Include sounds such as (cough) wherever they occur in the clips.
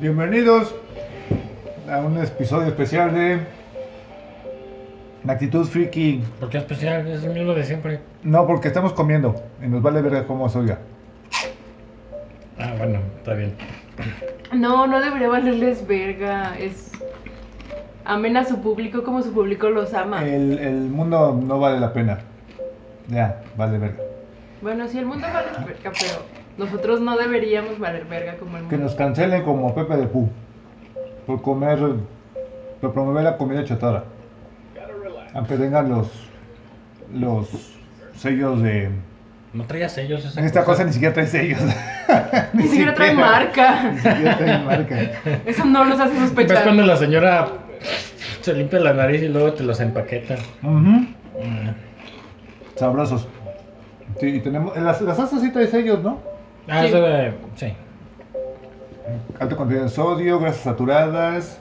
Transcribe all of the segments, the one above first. Bienvenidos a un episodio especial de La Actitud Freaky. ¿Por qué especial? Es el mismo de siempre. No, porque estamos comiendo y nos vale ver cómo se oiga. Ah, bueno, está bien. No, no debería valerles verga. Es. Amen a su público como su público los ama. El, el mundo no vale la pena. Ya, vale verga. Bueno, sí, el mundo vale la verga, pero nosotros no deberíamos valer verga como el Que mundo. nos cancelen como Pepe de Pú por comer, por promover la comida chatarra. Aunque tengan los, los sellos de... No traías sellos esa Esta cosa ni siquiera trae sellos. (laughs) Ni siquiera trae marca. (laughs) Ni siquiera trae marca. Eso no los hace ¿Ves sospechar. Pues cuando la señora se limpia la nariz y luego te los empaqueta? Ujú. Sabrosos. Sí, y tenemos. Las, las salsas sí trae sellos, ¿no? Ah, Sí. eso de... Sí. Alto contenido en sodio, grasas saturadas,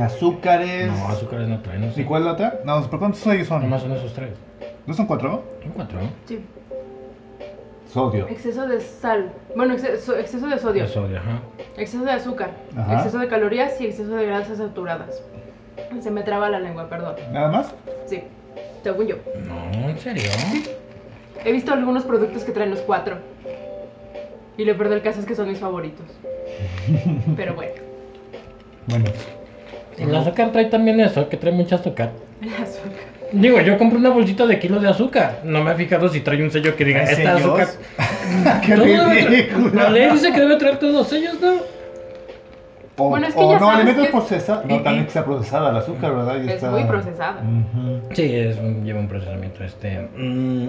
azúcares. No, azúcares no traen. No ¿Y sé. cuál la otra? No, ¿pero cuántos sellos son? Nomás son esos tres. ¿No son cuatro? Son cuatro, ¿no? Sí. Sodio. Exceso de sal. Bueno, exceso, exceso de sodio. De sodio, ajá. Exceso de azúcar. Ajá. Exceso de calorías y exceso de grasas saturadas. Se me traba la lengua, perdón. ¿Nada más? Sí, según yo. No, ¿en serio? He visto algunos productos que traen los cuatro. Y lo peor del caso es que son mis favoritos. Pero bueno, Bueno. El azúcar trae también eso, que trae mucho azúcar. el azúcar. Digo, yo compré una bolsita de kilos de azúcar. No me he fijado si trae un sello que diga, ¿Hay esta sellos? (laughs) azúcar... (laughs) ¡Qué No, debe tra- La ley ridículo! dice que debe traer todos los sellos, ¿no? O, Bueno, es que o ya no, sabes alimentos que- procesados. No, Y- también y- que está procesada el azúcar, ¿verdad? Ya Es está- muy procesada. Ujú. Sí, es un- lleva un procesamiento este. mm,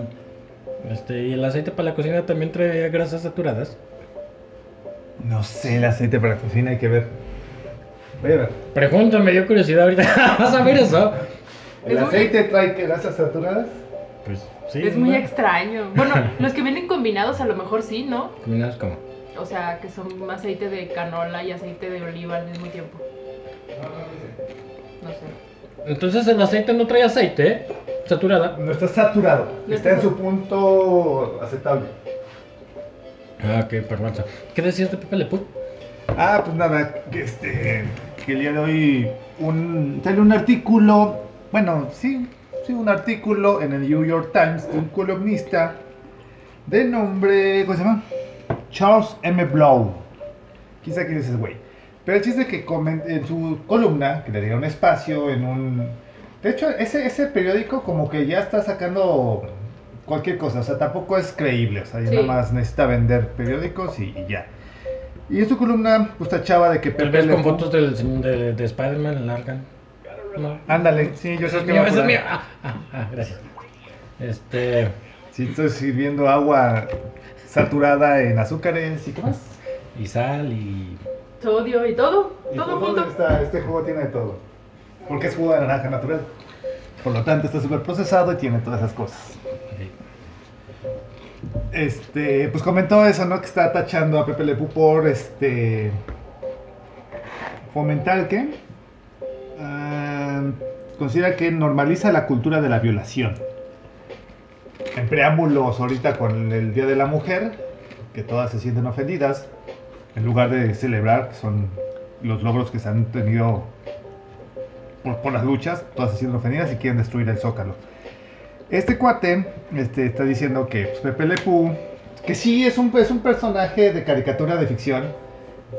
este y el aceite para la cocina también trae grasas saturadas. No sé, el aceite para la cocina hay que ver. Voy a ver. Pregunta, me dio curiosidad ahorita. (laughs) ¿Vas a ver eso? ¿El Es muy- aceite trae grasas saturadas? Pues sí. Es muy ¿no? extraño. Bueno, los que vienen combinados a lo mejor sí, ¿no? Combinados como. O sea, que son aceite de canola y aceite de oliva al mismo tiempo. No sé. Entonces el aceite no trae aceite, ¿eh? Saturada. No está saturado, No está en está su punto aceptable. Ah, qué vergüenza. ¿Qué decías de Pepe Le Pew? Ah, pues nada, que este, que el día de hoy un, sale un artículo, bueno, sí, sí, un artículo en el New York Times de un columnista de nombre, ¿cómo se llama? Charles M. Blow. Quizá quién es ese güey. Pero el chiste es que comen- en su columna, que le dieron espacio en un... De hecho, ese, ese periódico como que ya está sacando cualquier cosa, o sea, tampoco es creíble, o sea, ya Sí. nada más necesita vender periódicos y, y ya. Y en su columna, pues tachaba de que Tal Pepe vez Le con Pew- fotos del, señor- de, de Spider-Man largan. No. Ándale, sí, yo creo Ese Ah, es que mío, va ese por es ahí. mío. Ah, ah, ah, gracias. Este. Sí, estoy sirviendo agua saturada en azúcares y qué más. Y sal y. Sodio y todo. Y Todo por junto. todo está- este jugo tiene de todo. Porque es jugo de naranja natural. Por lo tanto, está súper procesado y tiene todas esas cosas. Este, pues comentó eso, ¿no? Que está tachando a Pepe Le Pew por este. fomentar que. considera que normaliza la cultura de la violación. En preámbulos, ahorita con el Día de la Mujer, que todas se sienten ofendidas, en lugar de celebrar, que son los logros que se han tenido por, por las luchas, todas se sienten ofendidas y quieren destruir el zócalo. Este cuate este, está diciendo que pues, Pepe Le Pew, que sí es un, es un personaje de caricatura de ficción,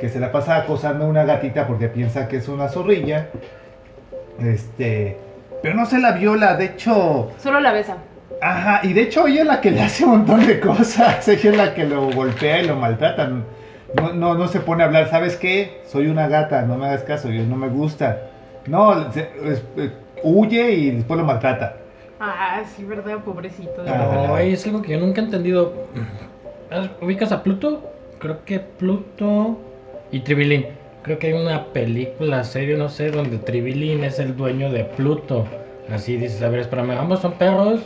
que se la pasa acosando a una gatita porque piensa que es una zorrilla, este, pero no se la viola, de hecho, Solo la besa. ajá, y de hecho ella es la que le hace un montón de cosas, (laughs) ella es la que lo golpea y lo maltrata, no, no, no se pone a hablar, ¿sabes qué? Soy una gata, no me hagas caso, yo no me gusta, no, se- es- eh, huye y después lo maltrata. Ah, sí, verdad, pobrecito. de verdad. Ah, No, es algo que yo nunca he entendido. ¿Has- ¿Ubicas a Pluto? Creo que Pluto y Tribilín. Creo que hay una película, serie, no sé, donde Tribilín es el dueño de Pluto. Así dices, a ver, espérame, ambos son perros.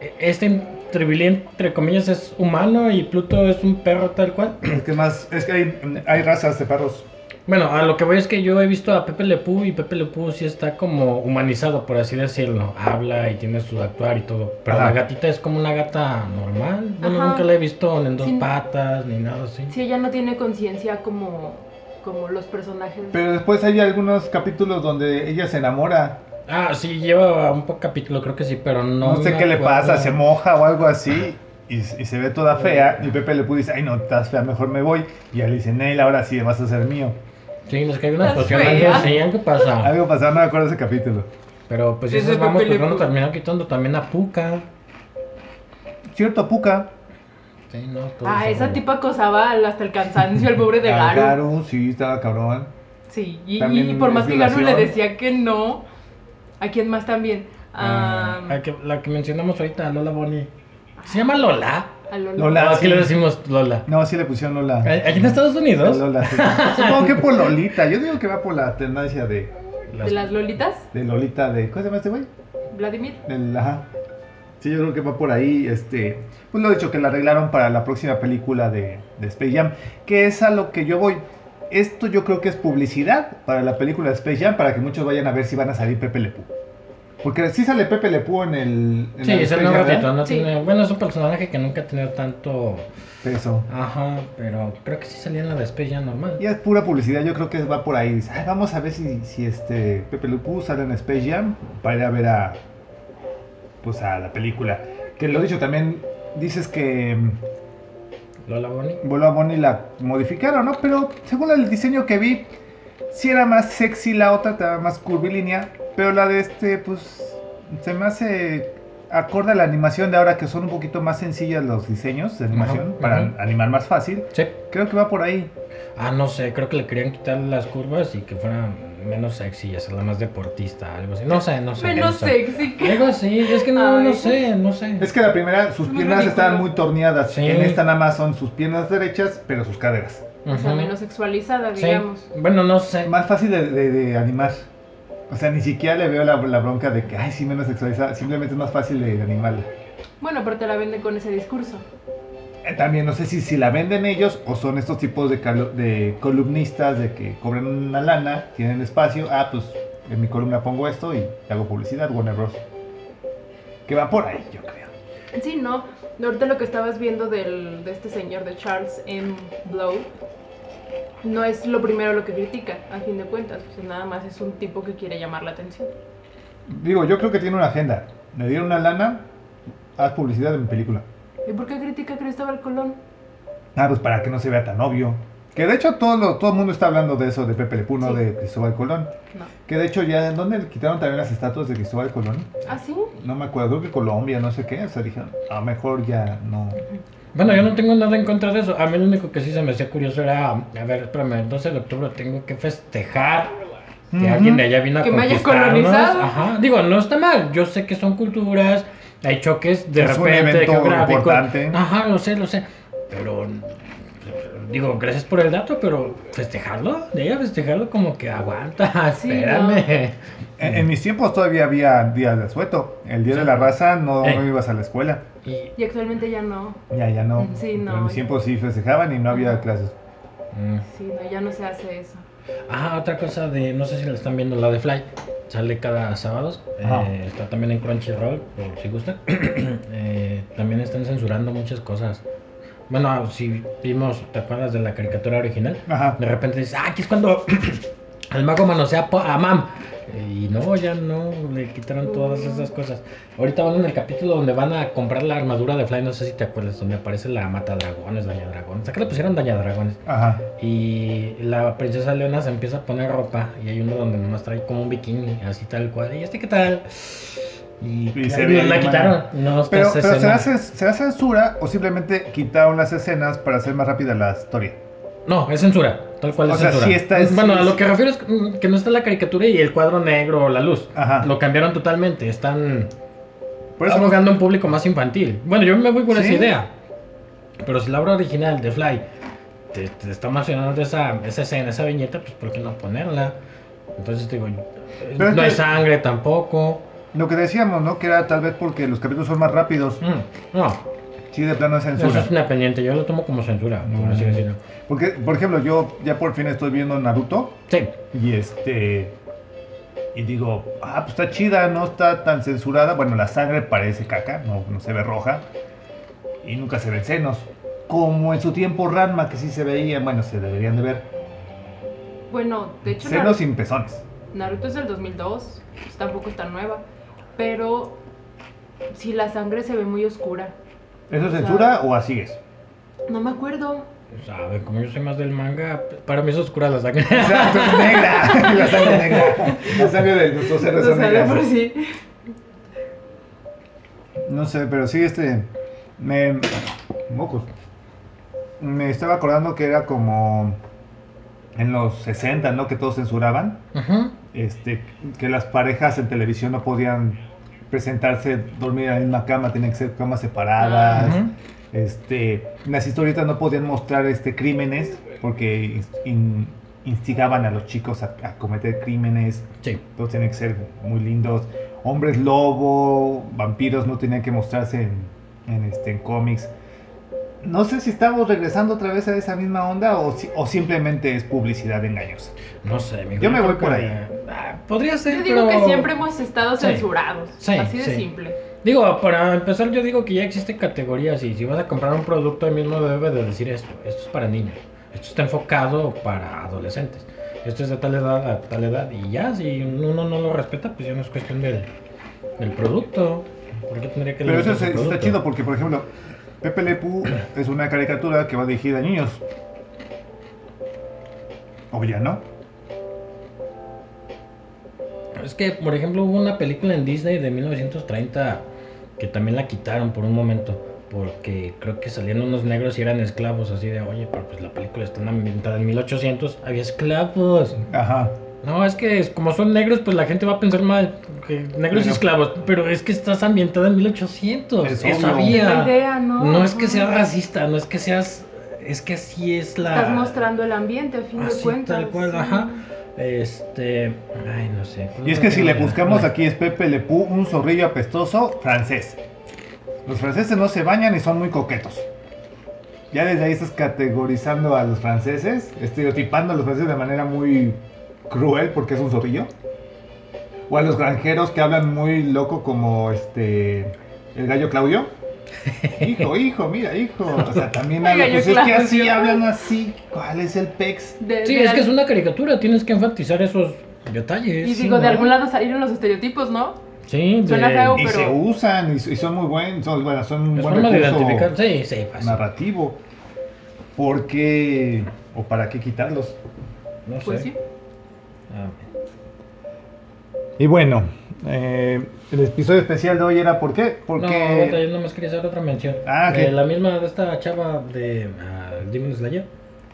E- Este Tribilín, entre comillas, es humano y Pluto es un perro tal cual. Es que más, es que hay, hay razas de perros. Bueno, a lo que voy es que yo he visto a Pepe Le Pew y Pepe Le Pew sí está como humanizado, por así decirlo. Habla y tiene su actuar y todo. Pero Ajá. la gatita es como una gata normal. Bueno, Ajá. nunca la he visto ni en dos Sí. patas ni nada así. Si ella no tiene conciencia como, como los personajes. Pero después hay algunos capítulos donde ella se enamora. Ah, sí, lleva un poco capítulo, creo que sí, pero no. No, sé me qué le acuerdo. pasa, se moja o algo así. Y, y se ve toda fea. Y Pepe le pudo dice, ay no, estás fea, mejor me voy. Y él dice, Neil, ahora sí vas a ser mío. Sí, nos cayó una Estás poción fea. algo así, ¿qué pasa? Algo pasaba, no me acuerdo ese capítulo. Pero pues si Ese esas vamos, papel pues de no pu- terminó quitando también a Puka. Cierto, Puka. Sí, no, todo Ah, eso, esa güey. tipa acosaba al- hasta el cansancio al pobre de Ah, Garu. Garu, sí, estaba cabrón. Sí, y, También y por más es que Garu le violación. decía que no, ¿a quién más también? Ah, A, la que- la que mencionamos ahorita, Lola Bonnie. ¿Se llama Lola? a Lola. Lola. No, aquí sí. le decimos Lola. No, sí le pusieron Lola. ¿A- ¿Aquí en Estados Unidos? Lola, (laughs) sí. Supongo que por Lolita. Yo digo que va por la tendencia de, ¿De las Lolitas? de Lolita de. ¿Cómo se llama este güey? ¿Vladimir? Del- ajá. Sí, yo creo que va por ahí. Este, pues lo he dicho que la arreglaron para la próxima película de, de Space Jam, que es a lo que yo voy. Esto yo creo que es publicidad para la película de Space Jam, para que muchos vayan a ver si van a salir Pepe Le Pew. Porque sí sale Pepe Le Pew en el. En Sí, la de es el Space nuevo Jam, ratito, ¿verdad? no Sí. tiene... Bueno, es un personaje que nunca ha tenido tanto... Eso. Ajá, pero creo que sí salía en la despeja normal. Y es pura publicidad, yo creo que va por ahí. Dice, "Ay, vamos a ver si, si este Pepe Le Pew sale en Space Jam para ir a ver a, pues a la película. Que lo dicho también, dices que mm, Lola Bonnie. Bola Bonnie la modificaron, ¿no? Pero según el diseño que vi, si era más sexy la otra, estaba más curvilínea. Pero la de este, pues, se me hace acorde a la animación de ahora que son un poquito más sencillas los diseños de animación Ajá, para ajá. animar más fácil. Sí. Creo que va por ahí. Ah, no sé, creo que le querían quitar las curvas y que fuera menos sexy y hacerla más deportista, algo así. No sé, no sé. Menos no sé. sexy. Algo así, es que no, Ay. no sé, no sé. Es que la primera, sus Muy piernas ridículo. estaban muy torneadas. Sí. En esta nada más son sus piernas derechas, pero sus caderas. Ujú. O sea, menos sexualizada, Sí. digamos. Bueno, no sé. Más fácil de, de- de animar. O sea, ni siquiera le veo la, la bronca de que, ay, sí, menos sexualizada. Simplemente es más fácil de animarla. Bueno, pero te la venden con ese discurso. Eh, También no sé si, si la venden ellos o son estos tipos de, calo- de columnistas de que cobran una lana, tienen espacio, ah, pues en mi columna pongo esto y hago publicidad, Warner Bros. Que va por ahí, yo creo. Sí, no. Ahorita lo que estabas viendo del, de este señor, de Charles M. Blow, no es lo primero lo que critica, a fin de cuentas. O sea, nada más es un tipo que quiere llamar la atención. Digo, yo creo que tiene una agenda. Me dieron una lana, haz publicidad de mi película. ¿Y por qué critica a Cristóbal Colón? Ah, pues para que no se vea tan obvio. Que de hecho todo, lo- todo el mundo está hablando de eso, de Pepe Le Pew, no Sí. de Cristóbal Colón. No. Que de hecho ya, ¿dónde le quitaron también las estatuas de Cristóbal Colón? ¿Ah, sí? No me acuerdo, creo que Colombia, no sé qué. O sea, dijeron, a lo mejor ya no. Bueno, yo no tengo nada en contra de eso. A mí lo único que sí se me hacía curioso era, a ver, espérame, el 12 de octubre tengo que festejar que Ujú. alguien de allá vino a Que me haya conquistarnos. colonizado. Ajá. Digo, no está mal. Yo sé que son culturas, hay choques de Es un repente evento geográficos. importante. Ajá, lo sé, lo sé. Pero digo, gracias por el dato, pero festejarlo, de ella festejarlo como que aguanta, (laughs) Sí, espérame. En, en mis tiempos todavía había días de asueto. El día de la raza no, Eh. no ibas a la escuela. Y Y actualmente ya no. Ya, ya no. Sí, Pero no, en mis ya. tiempos sí festejaban y no había clases. mm. Sí, no, ya no se hace eso. Ah, otra cosa de, no sé si la están viendo, la de Fly. Sale cada sábado. eh, Ajá. está también en Crunchyroll, por si gustan. (clears throat) Eh, también están censurando muchas cosas. Bueno, si vimos, ¿te acuerdas de la caricatura original? Ajá. De repente dices, ah, aquí es cuando (clears throat) el mago manosea po- a Mam. Y no, ya no, le quitaron todas esas cosas. Ahorita van en el capítulo donde van a comprar la armadura de Fly, no sé si te acuerdas, donde aparece la mata dragones, daña dragones. ¿A qué le pusieron daña dragones? Ajá. Y la princesa Leona se empieza a poner ropa. Y hay uno donde nomás trae como un bikini, así tal cual. ¿Y este qué tal? Y, Y se se ve la bien, quitaron. No, está Pero, esa pero ¿será, escena. ce- será censura o simplemente quitaron las escenas para hacer más rápida la historia? No, es censura. Tal cual O es sea, censura. sí está- es- bueno, a sí- lo que refiero es mm, que no está la caricatura y el cuadro negro o la luz. Ajá. Lo cambiaron totalmente. Están Por eso abogando a un público más infantil. Bueno, yo me voy por esa Sí. idea. Pero si la obra original de Fly te, te está mencionando esa, esa escena, esa viñeta, pues ¿por qué no ponerla? Entonces digo, Pero es no hay que- sangre tampoco. lo que decíamos, ¿no? Que era tal vez porque los capítulos son más rápidos. Mm, no, Sí, de plano es eso censura. es independiente. Yo lo tomo como censura, por así Mm. decirlo. Porque, por ejemplo, yo ya por fin estoy viendo Naruto. Sí, Y este. Y digo, ah, pues está chida, no está tan censurada. Bueno, la sangre parece caca, no, no se ve roja. Y nunca se ven senos. Como en su tiempo Ranma, que sí se veían, bueno, se deberían de ver. Bueno, de hecho Senos Naruto, sin pezones. Naruto es del 2002, pues tampoco es tan nueva, pero si la sangre se ve muy oscura. ¿Eso es censura o así es? (laughs) No me acuerdo. Sabe, como yo soy más del manga, para mí es oscura la sangre. (laughs) Exacto, es negra. (laughs) La sangre negra. La sangre de nuestros O héroes son sea, de por negras. sí. No sé, pero sí, este. Me. Mocos. Me estaba acordando que era como. En los 60, ¿no? Que todos censuraban. Ajá. Este, que las parejas en televisión no podían presentarse, dormir en la misma cama, tenían que ser camas separadas. Ajá. Este, las historietas no podían mostrar este crímenes porque ins- in- instigaban a los chicos a, a cometer crímenes. Sí. Todos tenían que ser muy lindos. Hombres lobo, vampiros no tenían que mostrarse en, en, este, en cómics. No sé si estamos regresando otra vez a esa misma onda o, si- o simplemente es publicidad engañosa. No sé, amigo. Yo me creo voy por que- ahí. Ah, podría ser, Yo digo pero- que siempre hemos estado Sí. censurados. Sí, así de sí. simple. Digo, para empezar, yo digo que ya existen categorías y si vas a comprar un producto, ahí mismo debe de decir esto. Esto es para niños. Esto está enfocado para adolescentes. Esto es de tal edad a tal edad. Y ya, si uno no lo respeta, pues ya no es cuestión del, del producto. ¿Por qué tendría que Pero eso limitar es- su está producto? chido porque, por ejemplo, Pepe Le (clears throat) Pew es una caricatura que va dirigida a niños. O ya no. Es que, por ejemplo, hubo una película en Disney de 1930 que también la quitaron por un momento. Porque creo que salían unos negros y eran esclavos. Así de, oye, pero pues la película está ambientada en 1800. Había esclavos. Ajá. No, es que es- como son negros, pues la gente va a pensar mal. que negros y Bueno. esclavos. Pero es que estás ambientada en 1800. Es eso obvio. Es la había. idea, Pues ¿no? ah, No es que Ajá. seas racista, no es que seas. Es que así es la. Estás mostrando el ambiente, a fin Así, de cuentas. Ah, tal cual, sí. ajá. Este. Ay, no sé. Y es que si le Ay, buscamos aquí es Pepe Le Pew, un zorrillo apestoso francés. Los franceses no se bañan y son muy coquetos. Ya desde ahí estás categorizando a los franceses, estereotipando a los franceses de manera muy cruel porque es un zorrillo. O a los granjeros que hablan muy loco como este el gallo (laughs) Claudio. Hijo, hijo, mira, hijo. O sea, también El hablan, gallo pues es que Claudio. así hablan así. ¿Cuál es el pex? De- Sí, de es que al- es una caricatura, tienes que enfatizar esos detalles. Y sí, digo, de ¿no? algún lado salieron los estereotipos, ¿no? Sí, de... suena feo, Y Pero- se usan y, y son muy buenos, son, bueno, pues son un Es buen forma de recurso. identificar. Sí, sí, fácil. narrativo. ¿Por qué o para qué quitarlos? No sé. Pues sí. Ah, Y bueno, eh, el episodio especial de hoy era ¿por qué? no, Porque aguanta, yo nomás quería hacer otra mención. Ah, Eh, ¿qué? La misma de esta chava de ah, Demon Slayer,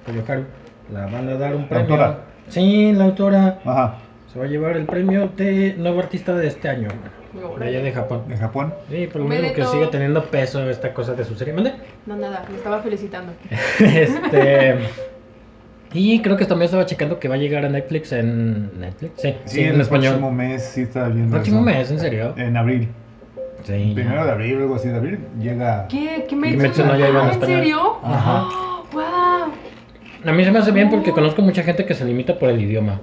Koyo Haru, la van a dar un premio. autora. Sí, la autora. Ajá, Se va a llevar el premio de nuevo artista de este año. De Órale. allá de Japón. en Japón. Sí, por lo Ve de menos que todo. sigue teniendo peso esta cosa de su serie. ¿Mande? (laughs) No, nada, me estaba felicitando. Este. Y creo que también estaba checando que va a llegar a Netflix en. Netflix, sí. Sí, sí, en en el español. próximo mes sí está viendo. Próximo eso. mes, ¿en serio? En abril. Sí. ya. Primero de abril, algo así de abril, llega. ¿Qué? ¿Qué Y me Metsu no ya iba en Ah, ¿En español. serio? Ajá. Oh, ¡Wow! A mí se me hace bien porque Mm. conozco mucha gente que se limita por el idioma.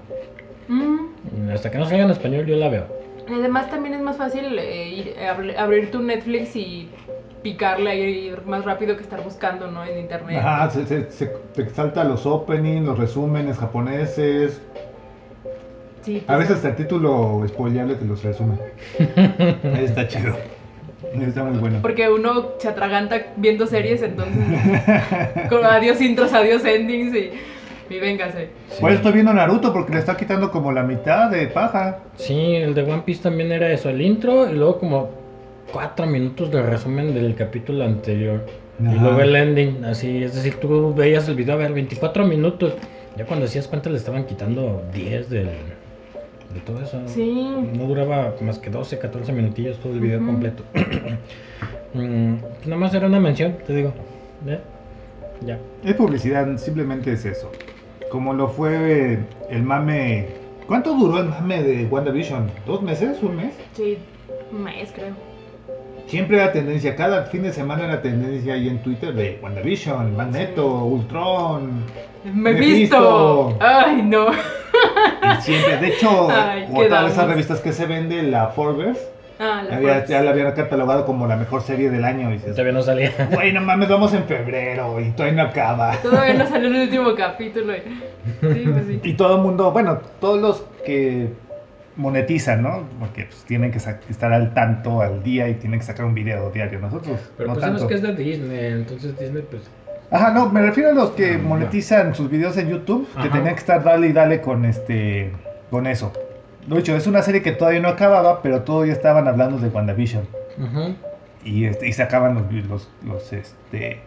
Y Hasta que no salga en español, yo la veo. Además, también es más fácil eh, ir- abri- abrir tu Netflix y picarle ahí más rápido que estar buscando, ¿no? En internet. Ajá, se, se- se- te salta los openings, los resúmenes japoneses. Sí, A pues, veces hasta el título spoileable te los (laughs) resume. está chido. Está muy bueno. Porque uno se atraganta viendo series, entonces. con adiós intros, adiós endings y. Y véngase. Sí. Por eso estoy viendo Naruto porque le está quitando como la mitad de paja. Sí, el de One Piece también era eso, el intro y luego como cuatro minutos de resumen del capítulo anterior. Y Ajá. luego el ending, así, es decir, tú veías el video a ver 24 minutos. Ya cuando hacías cuenta le estaban quitando 10 del, de todo eso. Sí. No duraba más que 12, 14 minutillos todo el video Ujú. completo. (clears throat) Mm, pues nada más era una mención, te digo. Ya. Ya. Es publicidad, simplemente es eso. Como lo fue eh, el mame. ¿Cuánto duró el mame de WandaVision? ¿Dos meses? ¿Un mes? Sí, un mes creo. Siempre era tendencia, cada fin de semana era tendencia ahí en Twitter de WandaVision, Magneto, Ultron. Me he Mephisto. visto. Ay, no. Y siempre, de hecho, Ay, como todas quedamos. esas revistas que se vende, la Forbes, Ah, la Había- Friends. ya la habían catalogado como la mejor serie del año. Y (laughs) dices, Todavía no salía. güey, no mames, vamos en febrero y todavía no acaba. Todavía no salió el último capítulo. eh. Sí, pues sí. Y todo el mundo, bueno, todos los que monetizan, ¿no? Porque pues, tienen que sa- estar al tanto, al día y tienen que sacar un video diario. Nosotros Pero no pues tanto. sabes que es de Disney, entonces Disney pues... Ajá, no, me refiero a los que Ah, ya. monetizan sus videos en YouTube, que Ajá. tenían que estar dale y dale con este con eso. De hecho, es una serie que todavía no acababa, pero todavía estaban hablando de WandaVision. Ujú. Y, este, y sacaban los, vi- los, los, este,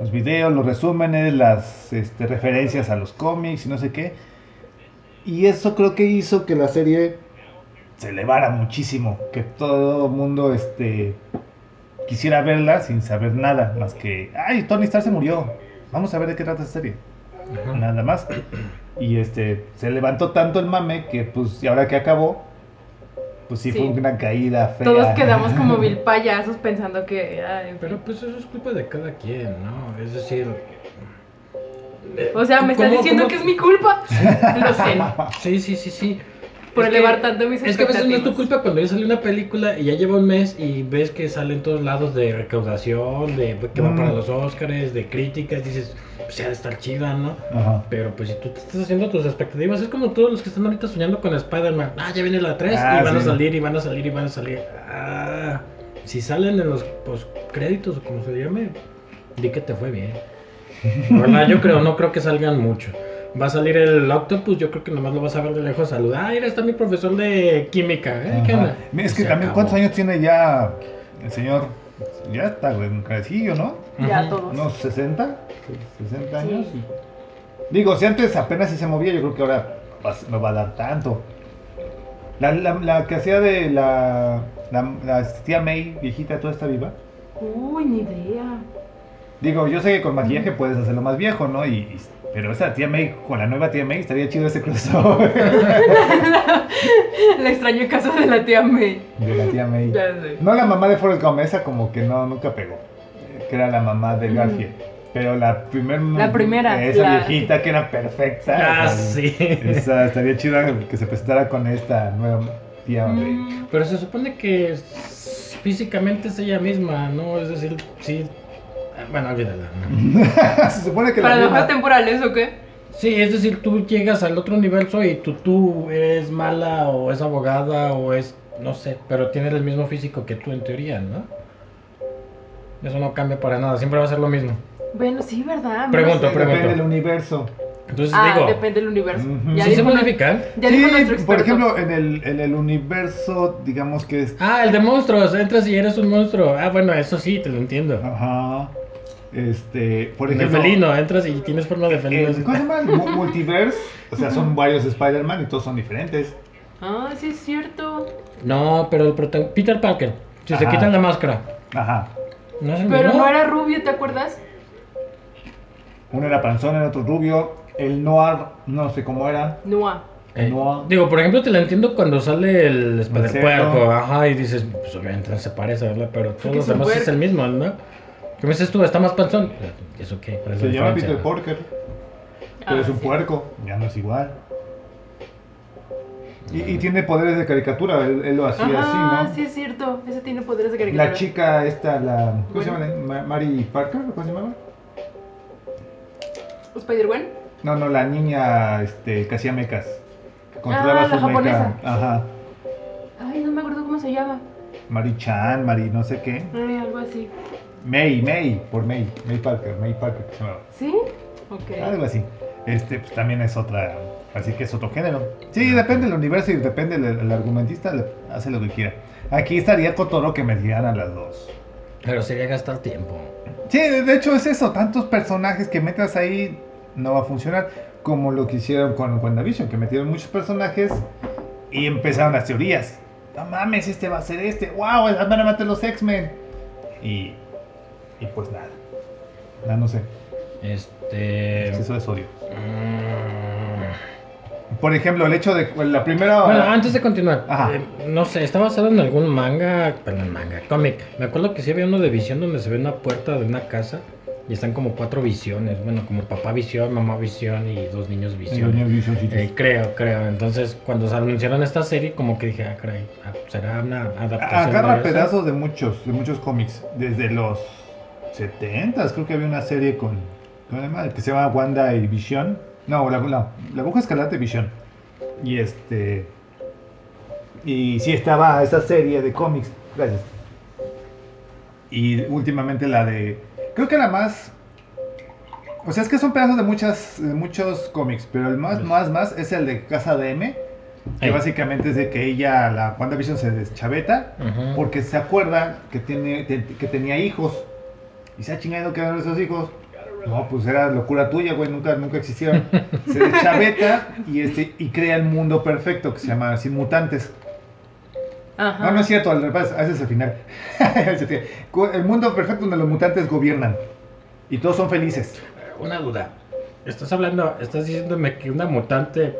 los videos, los resúmenes, las este, referencias a los cómics y no sé qué. Y eso creo que hizo que la serie se elevara muchísimo, que todo el mundo este, quisiera verla sin saber nada más que, ay, Tony Stark se murió, vamos a ver de qué trata esta serie, Ajá. nada más. Y este, se levantó tanto el mame que pues, y ahora que acabó, pues sí, Sí. fue una caída fea. Todos (laughs) quedamos como mil payasos pensando que. ay, en fin. Pero pues eso es culpa de cada quien, ¿no? Es decir... o sea, me estás ¿Cómo- diciendo cómo- que es mi culpa. (laughs) Lo sé. Sí, sí, sí, sí. Por Es elevar que- tanto mis Es que a veces no es tu expectativas. culpa cuando ya sale una película y ya lleva un mes y ves que sale en todos lados de recaudación, de que va Mm. para los Oscars, de críticas, dices, pues ya de estar chida, ¿no? Ajá. Pero pues si tú te estás haciendo tus expectativas, es como todos los que están ahorita soñando con Spider-Man. Ah, ya viene la 3 Ah, y van a sí. salir y van a salir y van a salir. Ah, si salen en los pues, créditos o como se llame, di que te (laughs) fue bien. La verdad, yo creo, no creo que salgan mucho. Va a salir el Octopus, yo creo que nomás lo vas a ver de lejos saludar. Ah, mira, está mi profesor de química. ¿eh? ¿Qué Ajá. onda? Mira, Es Y que se también, acabó. ¿cuántos años tiene ya el señor? Ya está, güey, un crecillo, ¿no? Ya Ujú. todos. Unos 60, 60 Sí. años. Digo, si antes apenas si se movía, yo creo que ahora vas- no va a dar tanto. La, la- la que hacía de la, la, la tía May, viejita, toda está viva. Uy, ni idea. (laughs) Digo, yo sé que con maquillaje puedes hacerlo más viejo, ¿no? Y, y- pero esa tía May, con la nueva tía May, estaría chido ese crossover (laughs) La extraño casa de la tía May. de la tía May. Ya sé. No la mamá de Forrest Gump, esa como que no, nunca pegó. eh, Que era la mamá de Ujú. Garfield. Pero la primera. Mm. La primera, Esa la- viejita que era perfecta. Ah, o sea, sí. Esa estaría chida que se presentara con esta nueva tía. May. Mm, (laughs) Pero se supone que s- físicamente es ella misma, ¿no? Es decir, sí. ah, Bueno, olvídala. (laughs) ¿no? se supone que la ¿Paradojas misma- temporales o qué? Sí, es decir, tú llegas al otro universo y tú, tú eres mala o es abogada o es. No sé, pero tienes el mismo físico que tú en teoría, ¿no? Eso no cambia para nada, siempre va a ser lo mismo. Bueno, sí, ¿verdad? Pregunto, No sé. pregunto. Depende del universo. Entonces Ah, digo, depende del universo. Ujú. Ya ¿sí se dijo nuestro- modifican? ya sí, dijo nuestro experto. por ejemplo, en el, en el universo, digamos que es. Ah, el de monstruos, entras y eres un monstruo. Ah, bueno, eso sí, te lo entiendo. Ajá. Este, Ah, por de ejemplo. felino, entras y tienes forma de felino. el- ¿Cómo se llama? El mu- Multiverse. O sea, son varios Spider-Man y todos son diferentes. Ah, sí es cierto. No, pero el protagonista. Peter Parker, si se Ajá. quitan la máscara. Ajá. No es el Pero mismo? no era rubio, ¿te acuerdas? Uno era panzón, el otro rubio. El noir, no sé cómo era. Noah. Eh, No. Digo, por ejemplo, te la entiendo cuando sale el cerdo. puerco, ajá, y dices, pues obviamente no se parece, ¿verdad? Pero Porque todos los es un demás es puerco. el mismo, ¿no? ¿Qué me dices tú? ¿Está más panzón? ¿Y ¿Eso qué? ¿Cuál es la Se llama diferencia? Peter Porker, pero Ah, es un sí. puerco. Ya no es igual. Y, y tiene poderes de caricatura, él, él lo hacía Ajá, así, sí ¿no? es cierto. Ese tiene poderes de caricatura. la chica esta, la... ¿Cómo se llama? Ma- ¿Mary Parker? ¿Cómo se llamaba? ¿Spider-Man? No, no, la niña este, que hacía mecas. Que controlaba Ah, la su meca. japonesa. Ajá. Ay, no me acuerdo cómo se llama. Mary Chan, Mary no sé qué. Ay, algo así. May, May, por May. May Parker, May Parker que se llamaba. ¿Sí? Ok. Algo así. Este, pues también es otra. Así que es otro género. Sí, depende del universo y depende del el argumentista, le- hace lo que quiera. Aquí estaría Totoro que me dieran a las dos. Pero sería gastar tiempo. Sí, de hecho es eso. Tantos personajes que metas ahí no va a funcionar. Como lo que hicieron con WandaVision, que metieron muchos personajes y empezaron las teorías. No mames, este va a ser este. ¡Wow! Van a matar los X-Men. Y. Y pues nada. Nada, no sé. Este. Eso es odio. mm, Por ejemplo, el hecho de la primera. Bueno, antes de continuar, Ajá. eh, no sé, está basado en algún manga, perdón, manga, cómic. Me acuerdo que sí había uno de visión donde se ve una puerta de una casa Y están como cuatro visiones. Bueno, como papá visión, mamá visión y dos niños visión. Los visioncitos. Eh, creo, creo. Entonces, cuando se anunciaron esta serie, como que dije, ah, caray, ah, será una adaptación. Agarra de eso? pedazos de muchos, de muchos cómics. Desde los 70 creo que había una serie con. ¿Cómo se llama? Que se llama Wanda y Vision. No, la, la, la aguja escalante y Vision. Y este. Y sí estaba esa serie de cómics. Gracias. Y últimamente la de. Creo que la más. O sea, es que son pedazos de muchas, de muchos cómics, pero el más, más, más es el de Casa de M. Que Ey. básicamente es de que ella, la WandaVision, se deschaveta Ujú. porque se acuerda que, tiene, te- que tenía hijos. Y se ha chingado que eran esos hijos. No, pues era locura tuya, güey, nunca, nunca existieron. Se deschaveta y, este, y crea el mundo perfecto que se llama así Mutantes. Ajá. No, no es cierto, al revés, ese es el final. (laughs) Ese tiene- cu- el mundo perfecto donde los mutantes gobiernan y todos son felices. Una duda. Estás hablando, estás diciéndome que una mutante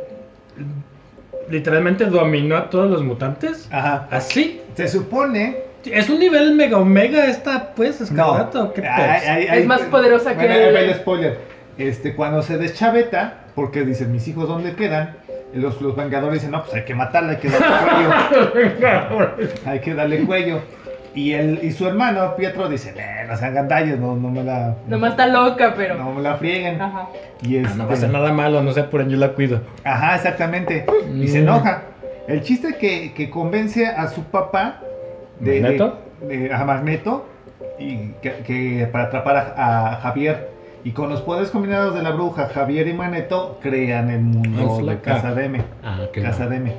literalmente dominó a todos los mutantes. Ajá. ¿Así? Se supone. ¿Es un nivel mega omega esta, pues, No. escarlata o qué pex? Ay, ay, ay, Es más poderosa bueno, que ahí va el- el spoiler. Este, cuando se deschaveta, porque dicen mis hijos dónde quedan, los, los vengadores dicen, no, pues hay que matarla, hay que (laughs) darle cuello. hay que darle cuello. Y él y su hermano Pietro dice, eh, no sean gandallas, no, no me la. Nomás está loca, pero. no me la frieguen. Ajá. Y Ah, no va a este- ser nada malo, no se apuren, yo la cuido. Ajá, exactamente. Y se Mm. enoja. El chiste que, que convence a su papá de, ¿Magneto? de- de- a Magneto y que, que para atrapar a, a Javier. Y con los poderes combinados de la bruja, Javier y Magneto crean el mundo Ah, de flaca. Casa de M. Ah, qué Casa de M.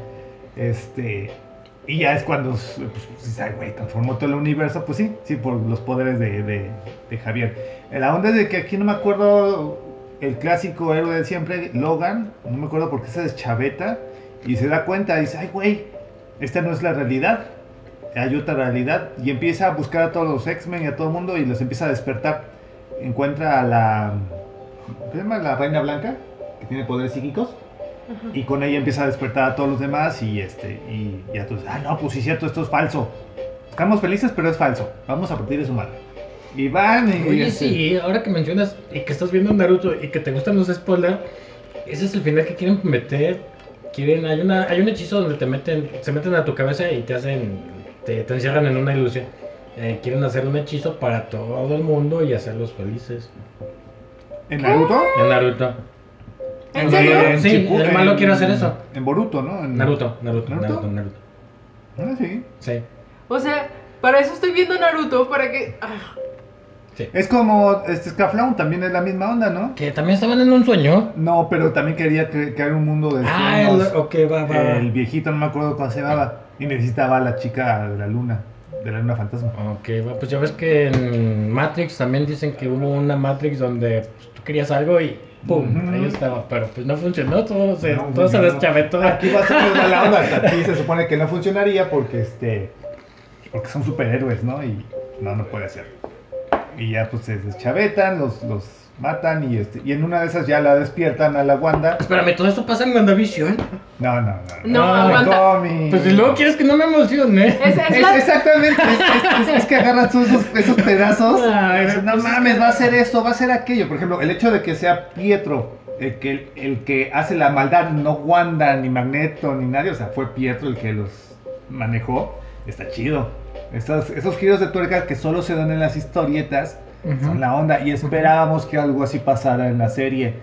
Este. Y ya es cuando pues, dices, "Ay, güey, transformó todo el universo. Pues sí, sí, por los poderes de, de- de Javier. Eh, La onda es de que aquí no me acuerdo el clásico héroe de siempre, Logan. No me acuerdo por qué se deschaveta. Y se da cuenta, dice, ay, güey, esta no es la realidad. Hay otra realidad. Y empieza a buscar a todos los X-Men y a todo el mundo y los empieza a despertar. Encuentra a la. ¿Cómo se llama? La Reina Blanca, que tiene poderes psíquicos. Y con ella empieza a despertar a todos los demás y este y ya tú dices, ah, no, pues sí es cierto, esto es falso. Estamos felices, pero es falso. Vamos a partir de su madre. Y van y... Oye, este, sí, ahora que mencionas y que estás viendo Naruto y que te gustan los spoilers, ese es el final que quieren meter. Quieren, hay una, hay un hechizo donde te meten, se meten a tu cabeza y te hacen, te, te encierran en una ilusión. Eh, quieren hacer un hechizo para todo el mundo y hacerlos felices. ¿En Naruto? En Naruto. ¿En serio? Sí, Shippuden- el malo en- quiere hacer eso. En Boruto, ¿no? En- Naruto, Naruto, ¿Naruto? Naruto, Naruto. Ah, sí. Sí, O sea, para eso estoy viendo Naruto, para que. ah, sí. Es como este Scaflown, también es la misma onda, ¿no? Que también estaban en un sueño. No, pero también quería cre- crear un mundo de Ah, el, sueños. ok, va, va. va. Pues El viejito, no me acuerdo cómo se llamaba. Y necesitaba a la chica de la luna, de la luna fantasma. Ok, va, pues ya ves que en Matrix también dicen que hubo una Matrix donde pues, tú querías algo y ¡pum! Ujú. Ahí estaba, pero pues no funcionó, todo se, No, pues, todo se no. deschavetó. Aquí va a ser muy mala onda. Aquí se supone que no funcionaría porque este. Porque son superhéroes, ¿no? Y no, no puede ser. Y ya pues se deschavetan, los, los matan y este. Y en una de esas ya la despiertan a la Wanda. Espérame, ¿todo esto pasa en WandaVision? No, no, no. No, Ah, aguanta. Tommy. Pues si luego quieres que no me emocione. Es, es Es- la- exactamente, es, es- es- es que agarran todos esos, esos pedazos. Ay, Dices, no pues es mames, que- va a ser esto, va a ser aquello. Por ejemplo, el hecho de que sea Pietro el que, el que hace la maldad, no Wanda, ni Magneto, ni nadie. O sea, fue Pietro el que los manejó. Está chido. Esas- esos giros de tuerca que solo se dan en las historietas son la onda. Y esperábamos que algo así pasara en la serie.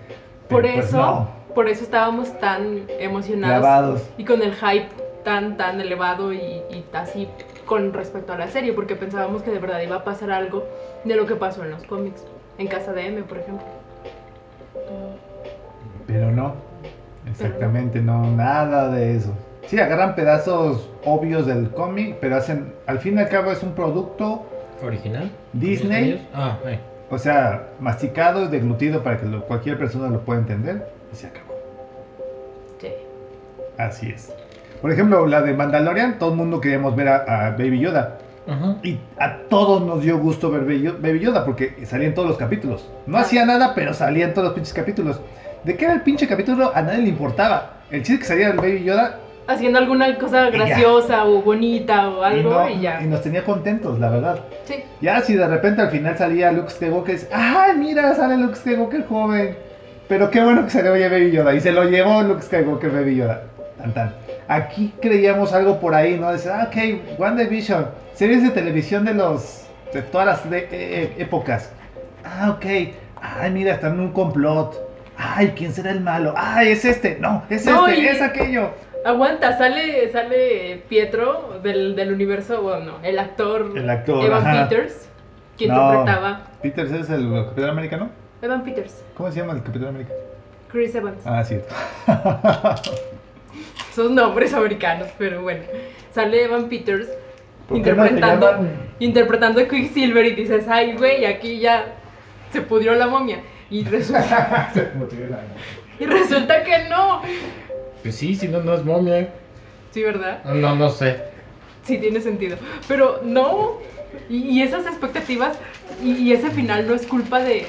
por Pero, pues, eso. no, Por eso estábamos tan emocionados. clavados. Y con el hype tan, tan elevado y, y así con respecto a la serie, porque pensábamos que de verdad iba a pasar algo de lo que pasó en los cómics. En Casa de M, por ejemplo. Pero no, exactamente, no, nada de eso. Sí, agarran pedazos obvios del cómic, pero hacen, al fin y al cabo es un producto, ¿Original? Disney. Ah, ay. o sea, masticado y deglutido para que lo- cualquier persona lo pueda entender, y se acabó. Sí. Así es. Por ejemplo, la de Mandalorian, todo el mundo queríamos ver a, a Baby Yoda. (laughs) Ajá. Y a todos nos dio gusto ver Baby Yo- Baby Yoda porque salía en todos los capítulos. No hacía nada, pero salía en todos los pinches capítulos. ¿De qué era el pinche capítulo? A nadie le importaba. El chiste que salía el Baby Yoda haciendo alguna cosa ya. graciosa o bonita o algo no- y ya. y nos tenía contentos, la verdad. Sí. Ya si de repente al final salía Luke Skywalker, es, ¡ay, mira, sale Luke Skywalker joven! Pero qué bueno que se lo lleve Baby Yoda. Y se lo llevó Luke Skywalker Baby Yoda. Tan tan. Aquí creíamos algo por ahí, ¿no? Dice, ah, ok, WandaVision, series de televisión de los... de todas las de- eh, eh, épocas. Ah, ok. Ay, mira, están en un complot. Ay, ¿quién será el malo? Ay, es este. No, es No, este, y- es aquello. Aguanta, sale, sale Pietro del, del universo, bueno, el actor El actor, Evan ajá. Peters, que No. interpretaba. Peters es el Capitán Americano. Evan Peters, ¿Cómo se llama el Capitán América? Chris Evans. Ah, sí. Son nombres americanos, pero bueno. Sale Evan Peters ¿Por qué no se Interpretando. llaman interpretando a Quicksilver y dices, ay, güey, aquí ya se pudrió la momia. (laughs) Y resulta, y resulta que no. Pues sí, si no, no es momia. Sí, ¿verdad? No, no sé. Sí, tiene sentido. Pero no. Y, y esas expectativas y, y ese final no es culpa de...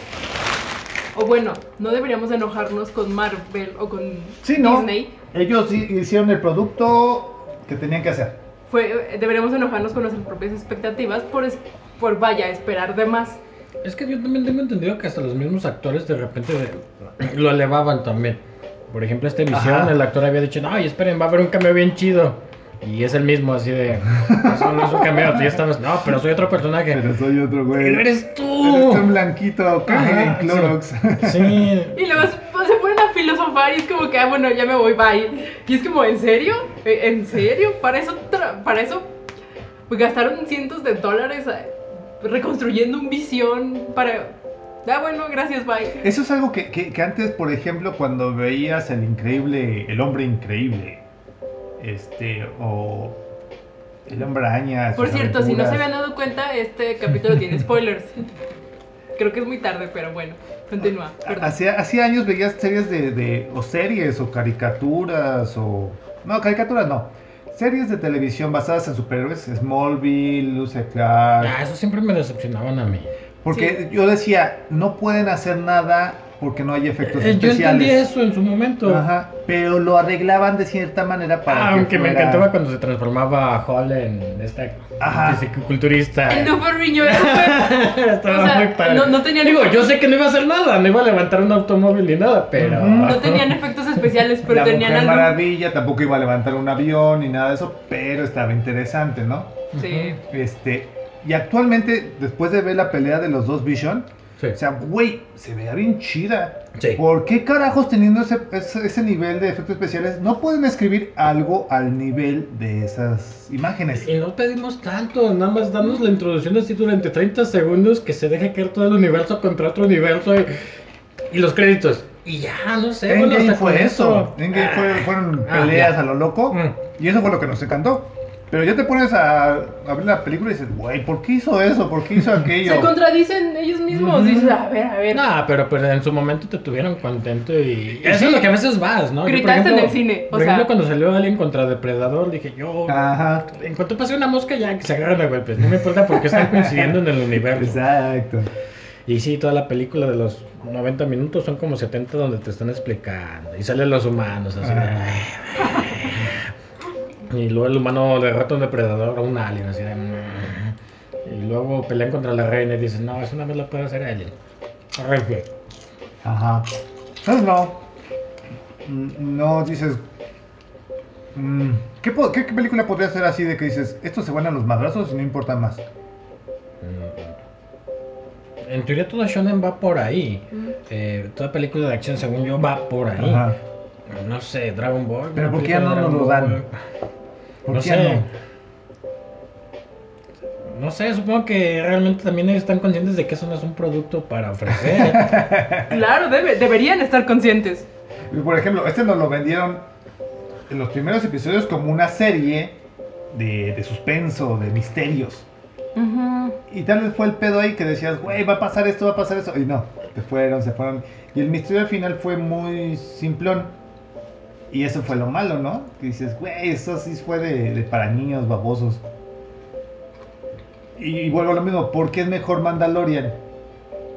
O bueno, no deberíamos enojarnos con Marvel o con Sí, no. Disney. Ellos hi- hicieron el producto que tenían que hacer. Fue, deberíamos enojarnos con nuestras propias expectativas por, es- por vaya, esperar de más. Es que yo también tengo entendido que hasta los mismos actores de repente de- lo elevaban también. Por ejemplo, esta visión, Ajá. el actor había dicho, ay, esperen, va a haber un cameo bien chido. Y es el mismo, así de, eso no es un cameo, tú ya estabas, no, pero soy otro personaje. Pero soy otro güey. Pero eres Eres un tú. blanquito ok, en Ajá, Clorox. Sí. Y luego se pues, se ponen a filosofar y es como que, ah, bueno, ya me voy, bye. Y es como, ¿en serio? ¿E- ¿En serio? Para eso, tra- para eso pues, gastaron cientos de dólares eh, reconstruyendo un visión para... Ah, bueno, gracias, bye. (laughs) Eso es algo que, que- que antes, por ejemplo, cuando veías el increíble, el hombre increíble, este, o el hombre araña. Por sus cierto, si no aventuras. se habían dado cuenta, este capítulo tiene spoilers. Creo que es muy tarde, pero bueno, continúa. Ah, Perdón. Hacía, hacía años veías series de, de- o series o caricaturas o no caricaturas no series de televisión basadas en superhéroes Smallville, Lucy Clark, Ah, eso siempre me decepcionaban a mí. porque yo decía no pueden hacer nada porque no hay efectos Eh, yo entendí especiales. eso en su momento. Ajá, pero lo arreglaban de cierta manera para Ah, que aunque me fuera- encantaba cuando se transformaba a Hall en esta Ajá. fisiculturista. Ay, no, Ferriño, eso fue- (laughs) (laughs) Estaba O sea, muy padre. no- no tenía Digo, ni- yo sé que no iba a hacer nada, no iba a levantar un automóvil ni nada, pero. Ujú. (laughs) No (laughs) tenían efectos especiales, pero la tenían Mujer algo... Maravilla tampoco iba a levantar un avión ni nada de eso, pero estaba interesante, ¿no? Sí. Este, y actualmente, después de ver la pelea de los dos Vision, Sí. O sea, güey, se veía bien chida. Sí. ¿Por qué carajos teniendo ese, ese, ese nivel de efectos especiales no pueden escribir algo al nivel de esas imágenes? Y no pedimos tanto, nada más darnos la introducción así durante 30 segundos que se deje caer todo el universo contra otro universo y, y los créditos. Y ya, no sé, bueno, Endgame hasta fue con eso. eso. Endgame fue- fueron ah, peleas ya. a lo loco. Mm. Y eso fue lo que nos encantó. Pero ya te pones a, a ver la película y dices, güey, ¿por qué hizo eso? ¿Por qué (laughs) hizo Se aquello? contradicen ellos mismos. Ujú. Dices, a ver, a ver. Nah, pero pues en su momento te tuvieron contento y eso es lo que a veces vas, ¿no? Yo, por Gritaste en el cine, o por sea- Ah. ejemplo, cuando salió Alien contra Depredador, dije yo, Ajá. en cuanto pase una mosca ya que se agarran a golpes, no me importa porque (laughs) están coincidiendo en el Pues universo. Exacto. Y sí, toda la película de los 90 minutos son como 70 donde te están explicando. Y salen los humanos así. de, Ah. Y luego el humano derrota a un depredador o un alien así. de, "Mm". Y luego pelean contra la reina y dicen, no, eso una vez lo puede hacer alien. Ay, güey. Ajá. Entonces no. Mm, No dices. mm, ¿Qué, po- qué- qué película podría ser así de que dices, estos se van a los madrazos y no importa más? Mm. En teoría todo shonen va por ahí. Mm. Eh, toda película de acción, según yo, va por ahí. Ajá. No sé, Dragon Ball. Pero una ¿por qué película no de nos lo Dragon dan? Ball. ¿Por no qué sé. no? No sé, supongo que realmente también ellos están conscientes de que eso no es un producto (laughs) para ofrecer. Claro, debe- deberían estar conscientes. Y, Por ejemplo, este nos lo vendieron en los primeros episodios como una serie de, de suspenso, de misterios. Y tal vez fue el pedo ahí que decías, güey, va a pasar esto, va a pasar eso. Y no, se fueron, se fueron. Y el misterio al final fue muy simplón. Y eso fue lo malo, ¿no? Que dices, güey, eso sí fue de, de para niños babosos. Y, y vuelvo a lo mismo, ¿por qué es mejor Mandalorian?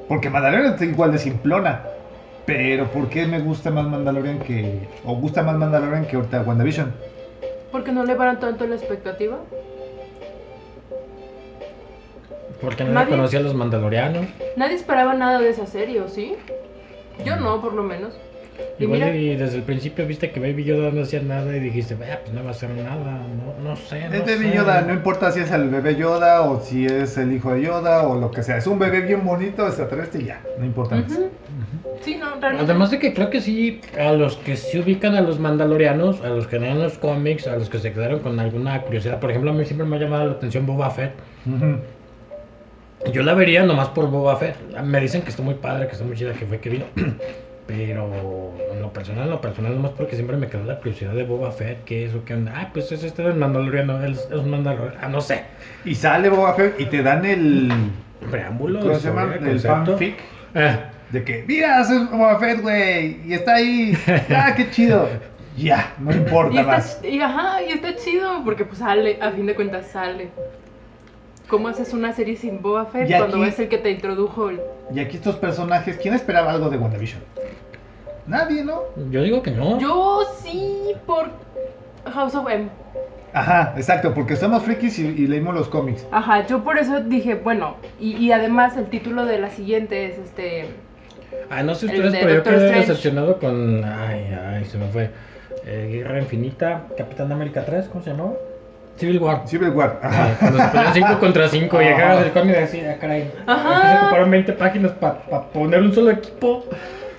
Porque Mandalorian es igual de simplona. Pero ¿por qué me gusta más Mandalorian que... o gusta más Mandalorian que ahorita WandaVision? Porque no elevaron tanto la expectativa. Porque no Nadie- conocía a los mandalorianos. Nadie esperaba nada de esa serie, ¿o sí? Yo no, por lo menos. Y Igual mira- y desde el principio viste que Baby Yoda no hacía nada y dijiste, "Ah, pues no va a hacer nada, no, no sé. No Es bebé sé". Yoda, no importa si es el bebé Yoda o si es el hijo de Yoda o lo que sea. Es un bebé bien bonito, extraterrestre y ya. No importa más. Ujú. Sí, no, realmente. Además de que creo que sí, a los que sí ubican a los mandalorianos, a los que leen los cómics, a los que se quedaron con alguna curiosidad, por ejemplo, a mí siempre me ha llamado la atención Boba Fett. Ujú. Yo la vería nomás por Boba Fett. Me dicen que está muy padre, que está muy chida, que fue que vino. (clears throat) Pero en lo personal, en lo personal, nomás porque siempre me quedó la curiosidad de Boba Fett, que es o qué onda. Ah, pues es este del mandaloriano, él es es un mandaloriano. Ah, no sé. Y sale Boba Fett y te dan el. Preámbulo. ¿Cómo se llama? historia, El ¿eh? concepto. fanfic. Ah, De que, mira, soy Boba Fett, güey. Y está ahí. Ah, qué chido. Ya, no Y importa está, más. y ajá, y está chido porque pues sale, a fin de cuentas sale. ¿Cómo haces una serie sin Boba Fett Y cuando aquí- es el que te introdujo? el- Y aquí estos personajes, ¿quién esperaba algo de WandaVision? Nadie, ¿no? yo digo que no. Yo sí por House of M. Ajá, exacto, porque somos frikis y, y leímos los cómics. Ajá, yo por eso dije, bueno, y, y además el título de la siguiente es este Ah, no sé El ustedes, de pero yo Doctor quedé Strange. decepcionado con. Ay, ay, se me fue. Eh, Guerra Infinita, Capitán América 3, ¿cómo se llamó? Civil War. Civil War. Eh, Ajá. Cuando se ponían 5 contra 5 y Ajá. agarras el cómic y así, ah, caray. Ajá. Aquí se ocuparon 20 páginas para poner un solo equipo.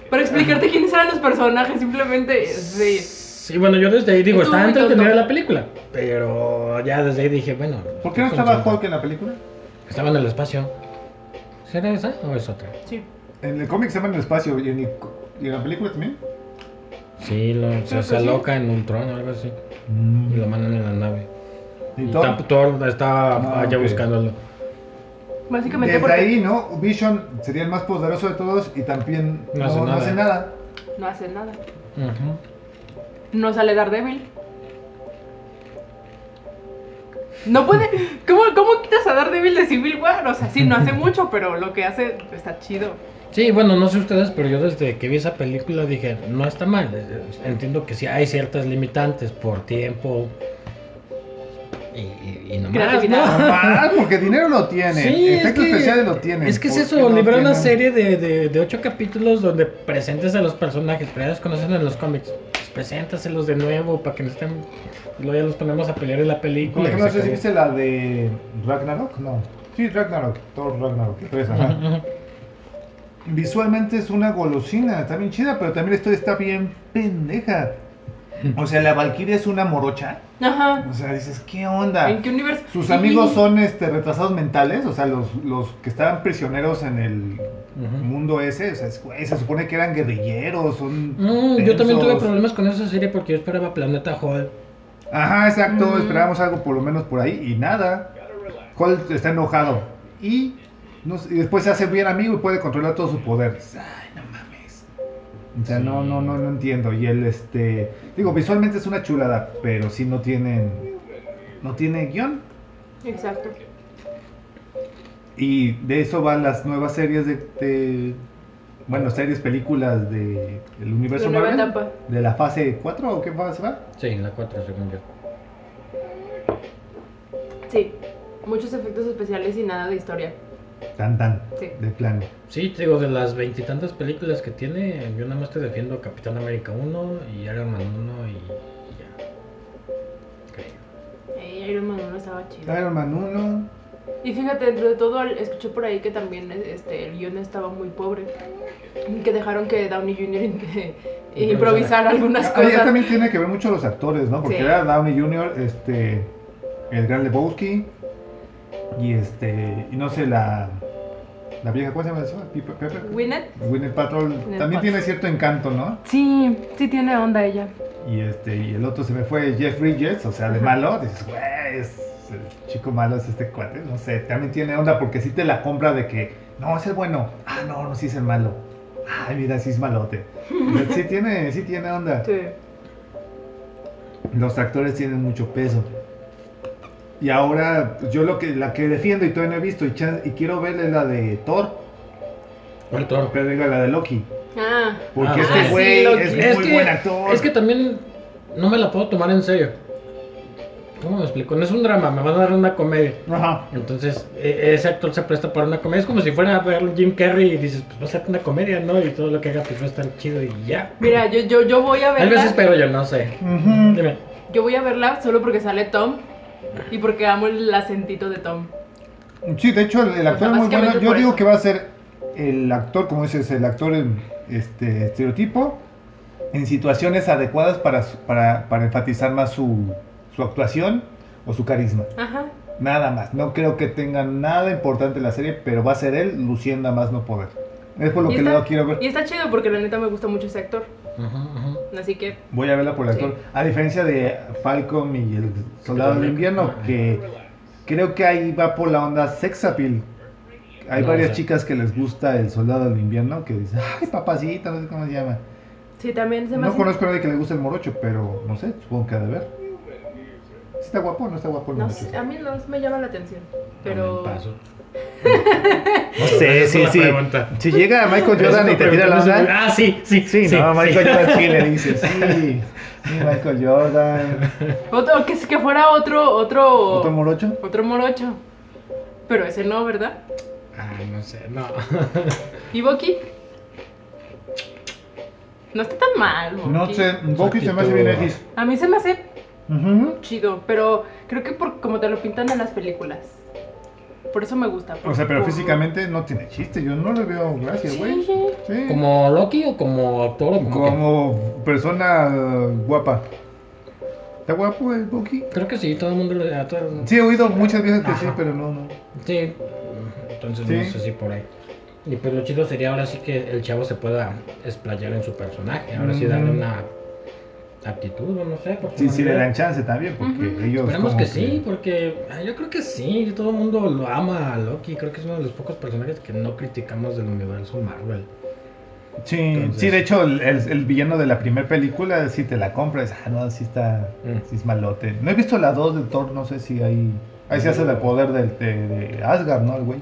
Para explicarte quiénes eran los personajes, simplemente sí. Sí, bueno, yo desde ahí digo, Estuvo estaba muy tonto. entretenida la película. Pero ya desde ahí dije, bueno. pues, ¿Por qué no estaba Hulk en la película? Estaba en el espacio. ¿Será esa o es otra? sí. En el cómic estaba en el espacio y en, el co- y en la película también. Sí, lo, se, que se sí. loca en un trono o algo así. Y lo mandan en la nave. Y Mm. Y todo. Thor, Thor está Ah, allá ok. buscándolo. Básicamente Desde porque ahí, ¿no? Vision sería el más poderoso de todos y también No hace nada. nada. no hace nada. Ujú. No sale Daredevil. No (laughs) puede. ¿Cómo, cómo quitas a Daredevil de Civil War? O sea, sí, no hace mucho, pero lo que hace está chido. Sí, bueno, no sé ustedes, pero yo desde que vi esa película dije, no está mal. eh, Entiendo que sí hay ciertas limitantes por tiempo y, y, y no más, Creatividad. ¿no? Ah, porque dinero lo tiene, Sí, es efectos que- especiales lo tiene. Es que es ¿Por eso, qué no librar una tienen? serie de, de, de ocho capítulos donde presentes a los personajes, pero ya los conocen en los cómics. Pues preséntaselos de nuevo para que no estén. y Luego ya los ponemos a pelear en la Por película. y ejemplo, no se sé si acabó. viste la de Ragnarok, no. Sí, Ragnarok, Thor Ragnarok, tres, ajá. Ujú, ujú. Visualmente es una golosina, está bien chida, pero también la historia está bien pendeja. O sea, la Valkyria es una morocha. Ajá. O sea, dices, ¿qué onda? ¿En qué universo? Sus Y- amigos son este, retrasados mentales, o sea, los, los que estaban prisioneros en el Ujú. mundo ese, o sea, es- güey, se supone que eran guerrilleros, son... Mm, yo también tuve tensos. problemas con esa serie porque yo esperaba Planeta Hall. Ajá, exacto, Mm. esperábamos algo por lo menos por ahí y nada. Holt está enojado y, no sé, y después se hace bien amigo y puede controlar todo su poder. Ay, no mames. O sea, no, no, no, no entiendo. Y él, este, digo, visualmente es una chulada, pero sí no tienen, no tiene guión. Exacto. Y de eso van las nuevas series de, de- bueno, series, películas de el universo La nueva Marvel. etapa. De la fase 4 o qué fase va? Sí, en la 4, según yo. Sí. Muchos efectos especiales y nada de historia. Tan tan, Sí. de plano. Sí, te digo, de las veintitantas películas que tiene, yo nada más te defiendo Capitán América 1 y Iron Man 1 y, y ya. Creo. Eh, Iron Man no estaba chido. Iron Man 1. Y fíjate, dentro de todo, el- escuché por ahí que también este, el guion estaba muy pobre. Y que dejaron que Downey Jr. in- (laughs) improvisara algunas Ah, ya cosas. también tiene que ver mucho los actores, ¿no? Porque Sí. era Downey Jr., este, el gran Lebowski y este, y no sé, la, la vieja, ¿cómo se llama eso? Pipe- Pepe. ¿Winnet? Winnet Patrol Gwyneth también Paltrow. tiene cierto encanto, ¿no? Sí, sí tiene onda ella. Y este, y el otro se me fue Jeff Bridges, o sea, de Ajá. malo, dices, güey, es el chico malo es este cuate, no sé, también tiene onda porque sí te la compra de que, no, es el bueno, ah, no, no, sí es el malo, ay, mira, sí es malote, O sea, sí tiene, sí tiene onda. Sí. los actores tienen mucho peso. Y ahora pues, yo lo que la que defiendo y todavía no he visto y, chan- y quiero ver es la de Thor, ¿Cuál toro? pero digo la de Loki, Ah, porque Ah, este sí, güey Loki. es, Es muy que- buen actor. Es que también no me la puedo tomar en serio. ¿Cómo me explico? No es un drama, me van a dar una comedia. Ajá. Entonces, e- ese actor se presta para una comedia. Es como si fuera a ver Jim Carrey y dices, pues va a ser una comedia, ¿no? Y todo lo que haga, pues va a estar chido y ya. Mira, yo, yo, yo voy a Tal vez verla. espero yo, no sé. Ujú. Dime. Yo voy a verla solo porque sale Tom y porque amo el acentito de Tom. Sí, de hecho, el, el actor O sea, es muy bueno. básicamente Yo por digo eso. que va a ser el actor, como dices, el actor en, este estereotipo en situaciones adecuadas para, su- para, para enfatizar más su, su actuación o su carisma. Ajá. Nada más. No creo que tenga nada importante la serie, pero va a ser él luciendo a más no poder. Es por lo Y que está- lo quiero ver. Y está chido porque la neta me gusta mucho ese actor. Ajá, ajá. Así que Voy a verla por el actor. Sí. A diferencia de Falcon y el Soldado del Invierno, que creo que ahí va por la onda sex appeal. Hay No, varias sí. chicas que les gusta el Soldado del Invierno que dicen, ay, papacita, no sé cómo se llama. sí, también se me No hace- conozco a nadie que le guste el morocho, pero no sé, supongo que ha de ver. Si está guapo, o no está guapo el No morocho. sé, a mí no me llama la atención. Pero. Paso. No Esa sé, es sí, una sí. pregunta. Si llega Michael Esa es Jordan una y te pregunta, tira la no sé- onda. Ah, sí, sí. Sí, no, sí. Michael Jordan sí le dice, sí. sí, Michael Jordan. Otro, que, que fuera otro, otro. ¿Otro morocho? otro morocho. Pero ese no, ¿verdad? Ah, no sé, no. (laughs) ¿Y Boki? No está tan mal, Boki. No sé, Bucky se me hace bien X. A mí se me hace Ujú. chido, pero creo que por como te lo pintan en las películas. Por eso me gusta. por- O sea, pero por- físicamente no tiene chiste. Yo no le veo gracia, güey. Sí. Sí. ¿Como Loki o como actor o como qué? Como persona eh, guapa. ¿Está guapo el Bucky? Creo que sí, todo el mundo lo... a todo- Sí, he oído muchas veces que sí, Ajá. pero no, no. Sí, entonces Sí. no sé si por ahí. Y pues lo chido sería ahora sí que el chavo se pueda explayar en su personaje, ahora sí darle Ujú. una actitud o no sé. por Sí, su sí le manera. dan chance también, porque Ujú. ellos. Esperemos como que sí, porque ah, yo creo que sí, todo el mundo lo ama a Loki, creo que es uno de los pocos personajes que no criticamos del universo Marvel. Sí, Entonces- sí, de hecho, el, el- el villano de la primera película, si te la compras, ah, no, sí está. Mm. Sí es malote. No he visto la 2 del Thor, no sé si ahí. Ahí se hace el poder del- de, de Asgard, ¿no? El güey.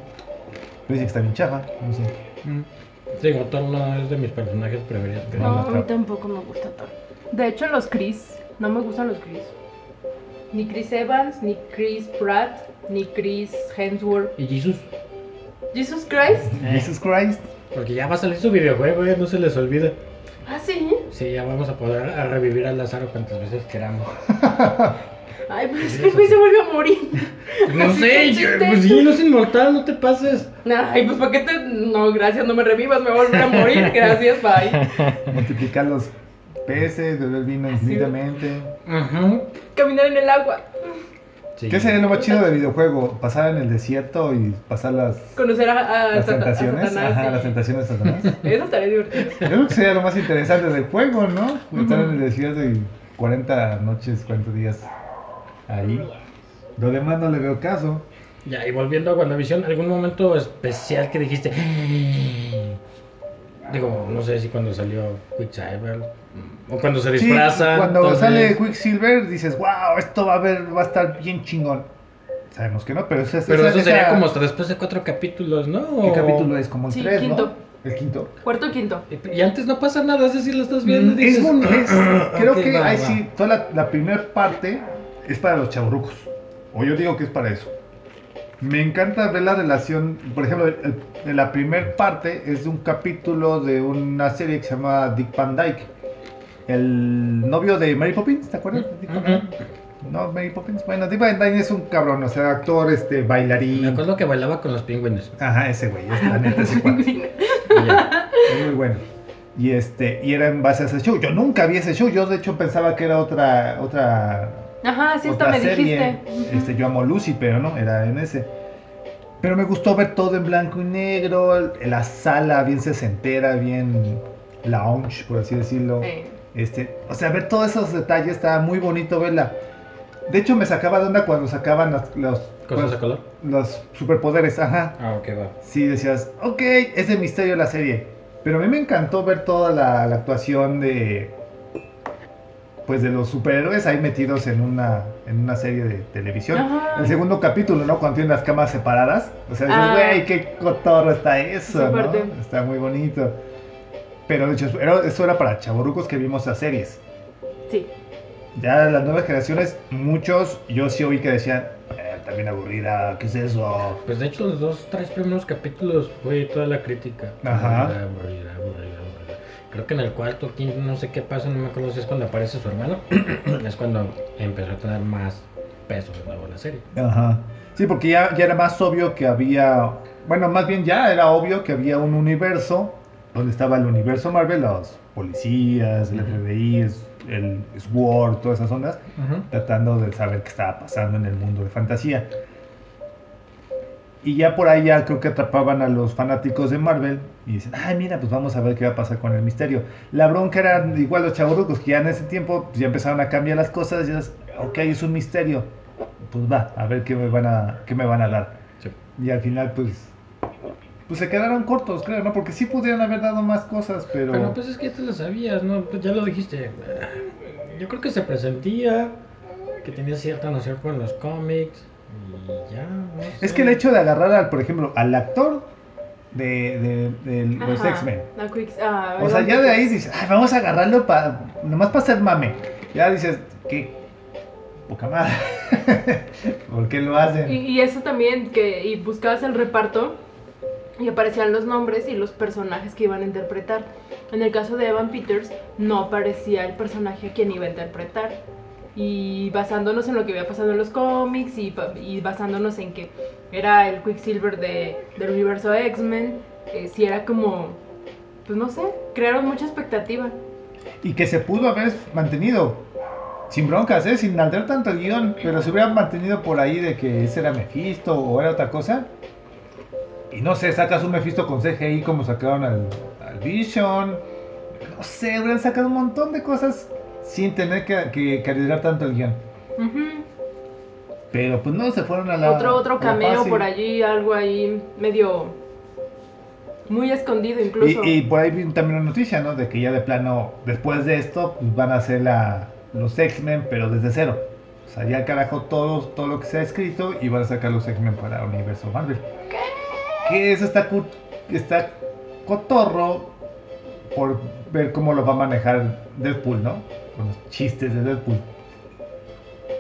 Pero dice que está bien chafa, no sé. Eh. Mm. Digo, Thor no es de mis personajes preferidos, pero No, No, a mí tampoco me gusta Thor. De hecho, los Chris, no me gustan los Chris. Ni Chris Evans, ni Chris Pratt, ni Chris Hemsworth. Y Jesus, Jesus Christ. Jesus Christ. porque ya va a salir su videojuego, eh, no se les olvida. Ah, sí. Sí, ya vamos a poder a revivir a Lázaro cuantas veces queramos. (laughs) Ay, pero Pues, es que el güey se vuelve a morir. (laughs) No Así sé, que yo, chiste. pues sí, no es inmortal, no te pases. Ay, pues ¿para qué te.? No, gracias, no me revivas, me voy a volver (laughs) a morir. Gracias, bye. Multiplicar los peces, beber vino infinitamente. Ajá. Caminar en el agua, Sí. ¿Qué sería lo más chido del videojuego? Pasar en el desierto y pasar las, conocer a, a, las Sata- a tentaciones. Satanás. Ajá, sí. las tentaciones de Satanás. Eso estaría divertido. Yo creo que sería lo más interesante del juego, ¿no? Estar en el desierto y 40 noches, 40 días ahí. Lo demás no le veo caso. Ya, y volviendo a WandaVision, ¿algún momento especial que dijiste? Digo, no sé si cuando salió Quicksilver mm, o cuando se Sí, disfraza. cuando sale Quicksilver dices, wow, esto va a, ver, va a estar bien chingón. Sabemos que no, pero, esa- Pero esa- eso esa- sería como hasta después de cuatro capítulos, ¿no? ¿Qué O- capítulo es? Como el Sí, 3, quinto. ¿no? El quinto. Cuarto o quinto. Y- Y antes no pasa nada, es decir, lo estás viendo. y Mm, es dices, "Ah, un- es- creo (clears throat) ok, que va, ahí va. sí, toda la, la primera parte es para los chaburrucos. O yo digo que es para eso. Me encanta ver la relación, por ejemplo, el- el- la primera parte es de un capítulo de una serie que se llama Dick Van Dyke. El novio de Mary Poppins, ¿te acuerdas? de Dick Van Dyke? No, Mary Poppins. Bueno, Dick Van Dyke es un cabrón, o sea, actor, este, Me bailarín. acuerdo que bailaba con los (laughs) pingüinos. Ajá, ese güey, es la neta, ese (laughs) (laughs) cuate. Ya. Es muy bueno. Y este, y era en base a ese show. Yo nunca vi ese show. Yo de hecho pensaba que era otra, otra, Ajá, sí, otra esta me serie. dijiste. Ujú. Este, yo amo Lucy, pero no, era en ese. Pero me gustó ver todo en blanco y negro, el- la sala bien sesentera, bien lounge, por así decirlo. Eh, Este, o sea, ver todos esos detalles estaba muy bonito verla. De hecho, me sacaba de onda cuando sacaban las- los, Cosas de color. los superpoderes, ajá. Ah, ok, va. Sí, decías, ok, es de misterio la serie. Pero a mí me encantó ver toda la, la actuación de. Pues de los superhéroes ahí metidos en una, en una serie de televisión. Ajá. El segundo capítulo, ¿no? Cuando tienen las camas separadas. O sea, dices, Ah. güey, qué cotorro está eso, Esa ¿no? parte. Está muy bonito. Pero de hecho, era- eso era para chavorrucos que vimos las series. sí. Ya las nuevas generaciones, muchos, yo sí oí que decían, "Eh, también aburrida, ¿qué es eso? Pues de hecho los dos, tres primeros capítulos fue toda la crítica. Ajá. Aburrida, aburrida, aburrida, aburrida. Creo que en el cuarto, quinto, no sé qué pasa, no me acuerdo si es cuando aparece su hermano. (clears throat) es cuando empezó a tener más peso de nuevo la serie. Ajá. Sí, porque ya, ya era más obvio que había, bueno, más bien ya era obvio que había un universo donde estaba el universo Marvel, los policías, el Ujú. FBI, es- el SWORD, todas esas ondas, tratando de saber qué estaba pasando en el mundo de fantasía. Y ya por ahí ya creo que atrapaban a los fanáticos de Marvel y dicen, ay mira, pues vamos a ver qué va a pasar con el misterio. La bronca eran igual los chavorrucos que ya en ese tiempo pues, ya empezaron a cambiar las cosas, ya es, ok, es un misterio, pues va, a ver qué me van a, qué me van a dar. Sí. Y al final pues, pues se quedaron cortos, creo, ¿no? Porque sí pudieron haber dado más cosas, pero... Pero pues es que ya te lo sabías, ¿no? Pues ya lo dijiste. Ah, Yo creo que se presentía, que tenía cierta noción con los cómics y ya. no Es sé. que el hecho de agarrar, al, por ejemplo, al actor de, de, de los Ajá, X-Men. la Quicks- ah, O sea, ¿verdad? ya de ahí dices, ay, vamos a agarrarlo para nomás para hacer mame. Ya dices, qué poca madre. (laughs) ¿Por qué lo Y, hacen? y eso también, que y buscabas el reparto y aparecían los nombres y los personajes que iban a interpretar. En el caso de Evan Peters, no aparecía el personaje a quien iba a interpretar. Y basándonos en lo que había pasado en los cómics y, pa- y basándonos en que era el Quicksilver de, del universo X-Men, eh, si era como, pues no sé, crearon mucha expectativa. Y que se pudo haber mantenido. Sin broncas, ¿eh? Sin alterar tanto el guión. Pero se hubieran mantenido por ahí de que ese era Mephisto o era otra cosa. Y no sé, sacas un Mephisto con CGI como sacaron al, al Vision. No sé, hubieran sacado un montón de cosas sin tener que, que, que arriesgar tanto el guión. Ujú. Pero pues no, se fueron a la. otro a otro la cameo fácil. por allí, algo ahí medio muy escondido Y, incluso. y por ahí vi también una noticia, ¿no? De que ya de plano, después de esto, pues van a hacer la, los X-Men, pero desde cero. O sea, ya carajo todo, todo lo que se ha escrito y van a sacar los X-Men para Universo Marvel. Que eso está, cu- está cotorro por ver cómo lo va a manejar Deadpool, ¿no? Con los chistes de Deadpool.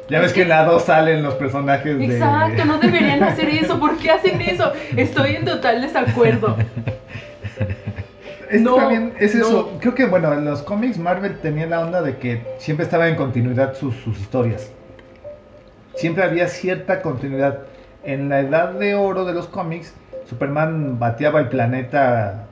Ya ves que en la 2 salen los personajes de... Exacto, no deberían hacer eso, ¿por qué hacen eso? Estoy en total desacuerdo. Es que No, también es no. eso. Creo que, bueno, en los cómics Marvel tenía la onda de que siempre estaba en continuidad sus, sus historias. Siempre había cierta continuidad. En la edad de oro de los cómics, Superman bateaba el planeta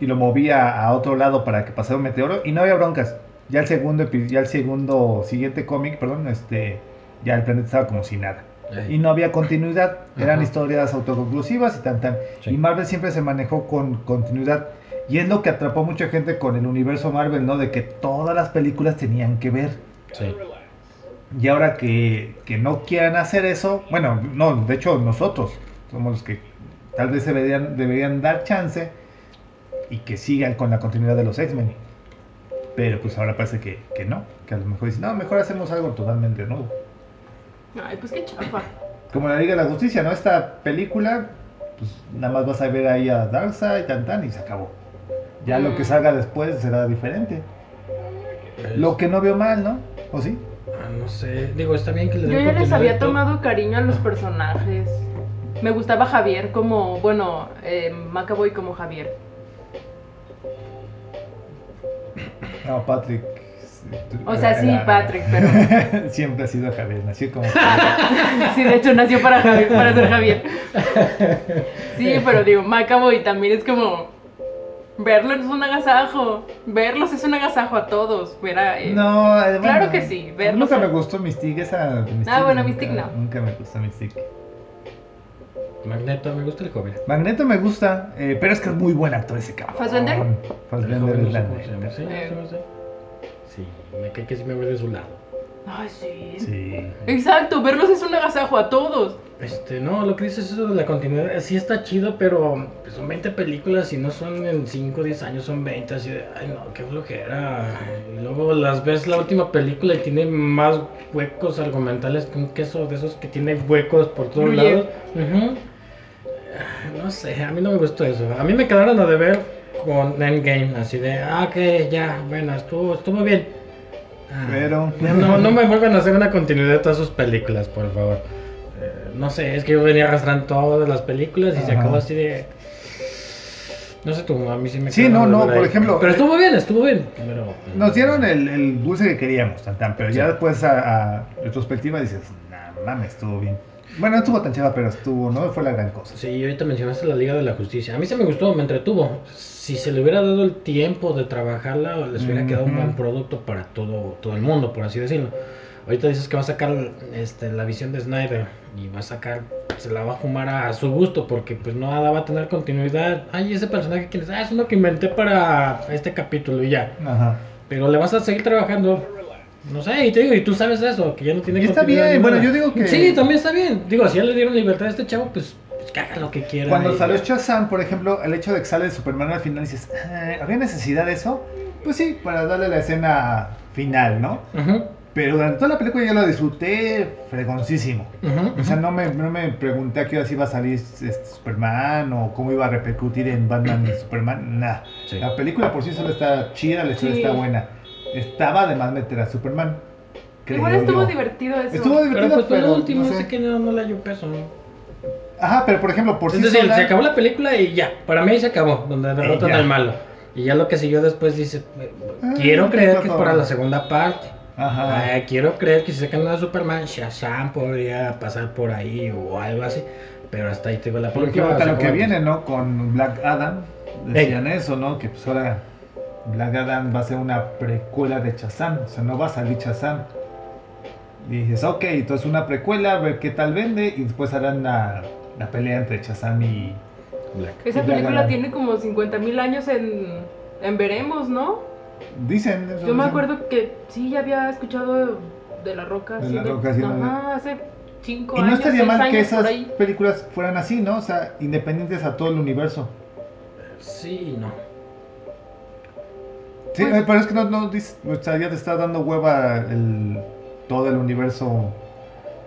y lo movía a otro lado para que pasara un meteoro y no había broncas. Ya el segundo, epi- ya el segundo siguiente cómic, perdón, este, ya el planeta estaba como si nada y Ey, no había continuidad, eran Ajá. historias autoconclusivas y tan tan. Sí. Y Marvel siempre se manejó con continuidad y es lo que atrapó a mucha gente con el universo Marvel, ¿no? De que todas las películas tenían que ver. sí. Y ahora que, que no quieran hacer eso, bueno, no, de hecho nosotros somos los que tal vez se deberían, deberían dar chance y que sigan con la continuidad de los X-Men. Pero pues ahora parece que, que no, que a lo mejor dicen, no, mejor hacemos algo totalmente nuevo. Ay, pues qué chafa. Como la Liga de la Justicia, ¿no? Esta película, pues nada más vas a ver ahí a Darkseid y tan tan y se acabó. Ya lo Mm. que salga después será diferente. Lo que no veo mal, ¿no? ¿O sí? Ah, no sé, digo, está bien que le Yo den ya les continuidad y había todo. tomado cariño a los personajes. Me gustaba Javier como, bueno, eh, Macaboy como Javier. No, Patrick. O sea, sí, Patrick, pero Patrick. (laughs) Siempre ha sido Javier, nació como (laughs) Javier. sí, de hecho nació para, Javier, para ser Javier. Sí, pero digo, Macaboy también es como, verlo es un agasajo. Verlos es un agasajo a todos. Ver a, eh, No, eh, bueno, Claro que sí, verlo Nunca fue- me gustó Mystique, esa. Mystique Ah, nunca- bueno, Mystique no. Nunca me gustó Mystique. Magneto, me gusta el joven. Magneto me gusta, eh, pero es que es muy buen actor ese cabrón. ¿Fassbender? El Fassbender joven es no la sé cómo se llama, neta. sí, Eh. sí, no sé. Sí, me cae que sí me voy de su lado. Ay, sí. Sí. Exacto, verlos es un agasajo a todos. Este, no, lo que dices eso de la continuidad, eh, sí está chido, pero pues, son 20 películas y no son en 5 o 10 años, son 20, así de, ay no, qué flojera. Y luego las ves la última película y tiene más huecos argumentales que un queso de esos que tiene huecos por todos Oye. lados. Ujú. Ah, No sé, a mí no me gustó eso. A mí me quedaron a deber con Endgame, así de, ah, ok, ya, bueno, estuvo, estuvo bien. Pero. No, no, no me vuelvan a hacer una continuidad de todas sus películas, por favor. Eh, no sé, es que yo venía arrastrando todas las películas y se Ajá. acabó así de. No sé tú, a mí sí me Sí, quedó no, no, duda por ahí. ejemplo, Pero eh, estuvo bien, estuvo bien. Pero. Nos dieron el, el dulce que queríamos, tan, tan, pero ya Sí. después a, a retrospectiva dices, nah, mames, estuvo bien. Bueno, no estuvo tan chava, pero estuvo, no fue la gran cosa. Sí, ahorita mencionaste la Liga de la Justicia. A mí se me gustó, me entretuvo. Si se le hubiera dado el tiempo de trabajarla, les hubiera quedado un Ujú. buen producto para todo, todo el mundo, por así decirlo. Ahorita dices que va a sacar este, la visión de Snyder y va a sacar, se la va a fumar a, a su gusto porque pues no va a tener continuidad. Ay, ese personaje quién es, ah, es uno que inventé para este capítulo y ya. Ajá. Pero le vas a seguir trabajando. No sé, y te digo, y tú sabes eso, que ya no tiene Y está continuidad bien, ninguna. bueno, yo digo que- Sí, también está bien. Digo, si ya le dieron libertad a este chavo, pues, pues que haga lo que quiera. Cuando y salió ya. Shazam, por ejemplo, el hecho de que sale Superman al final dices, "Ah, ¿había necesidad de eso? Pues sí, para darle la escena final, ¿no? Ajá, Pero durante toda la película yo lo disfruté fregoncísimo. ajá, O sea, ajá. no me, no me pregunté a qué hora iba a salir este Superman o cómo iba a repercutir en Batman y Superman, nada. Sí. La película por sí sola está chida, la historia Sí. está buena. Estaba además meter a Superman. creo Igual estuvo yo. divertido eso. Estuvo Pero divertido, pues pero, fue lo último, no sé. sé. que no, no le halló peso. ¿no? Ajá, pero por ejemplo, por es sí decir, sola... Eh, se acabó la película y ya. Para mí ahí se acabó, donde derrotan ya. al malo. Y ya lo que siguió después dice, Ah, quiero creer que es por para favor. la segunda parte. Ajá. Ah, quiero creer que si sacan a Superman, Shazam podría pasar por ahí o algo así. Pero hasta ahí tengo la Por película. ejemplo, hasta se lo que acabó. viene, ¿no? Con Black Adam, decían eso, ¿no? Que pues ahora Black Adam va a ser una precuela de Shazam, o sea, no va a salir Shazam. Y dices, ok, entonces una precuela, a ver qué tal vende, y después harán la, la pelea entre Shazam y... Black. Esa Ya película ganaron. tiene como 50 mil años en, en Veremos, ¿no? Dicen... eso Yo me dicen. acuerdo que sí, ya había escuchado de La Roca. De La haciendo- Roca haciendo- Ajá, hace 5 Y años. no estaría seis mal que años, por esas ahí. películas fueran así, ¿no? O sea, independientes a todo el universo. Sí, no. Sí, Pues- eh, pero es que no, no, dis- o sea, ya te está dando hueva el, todo el universo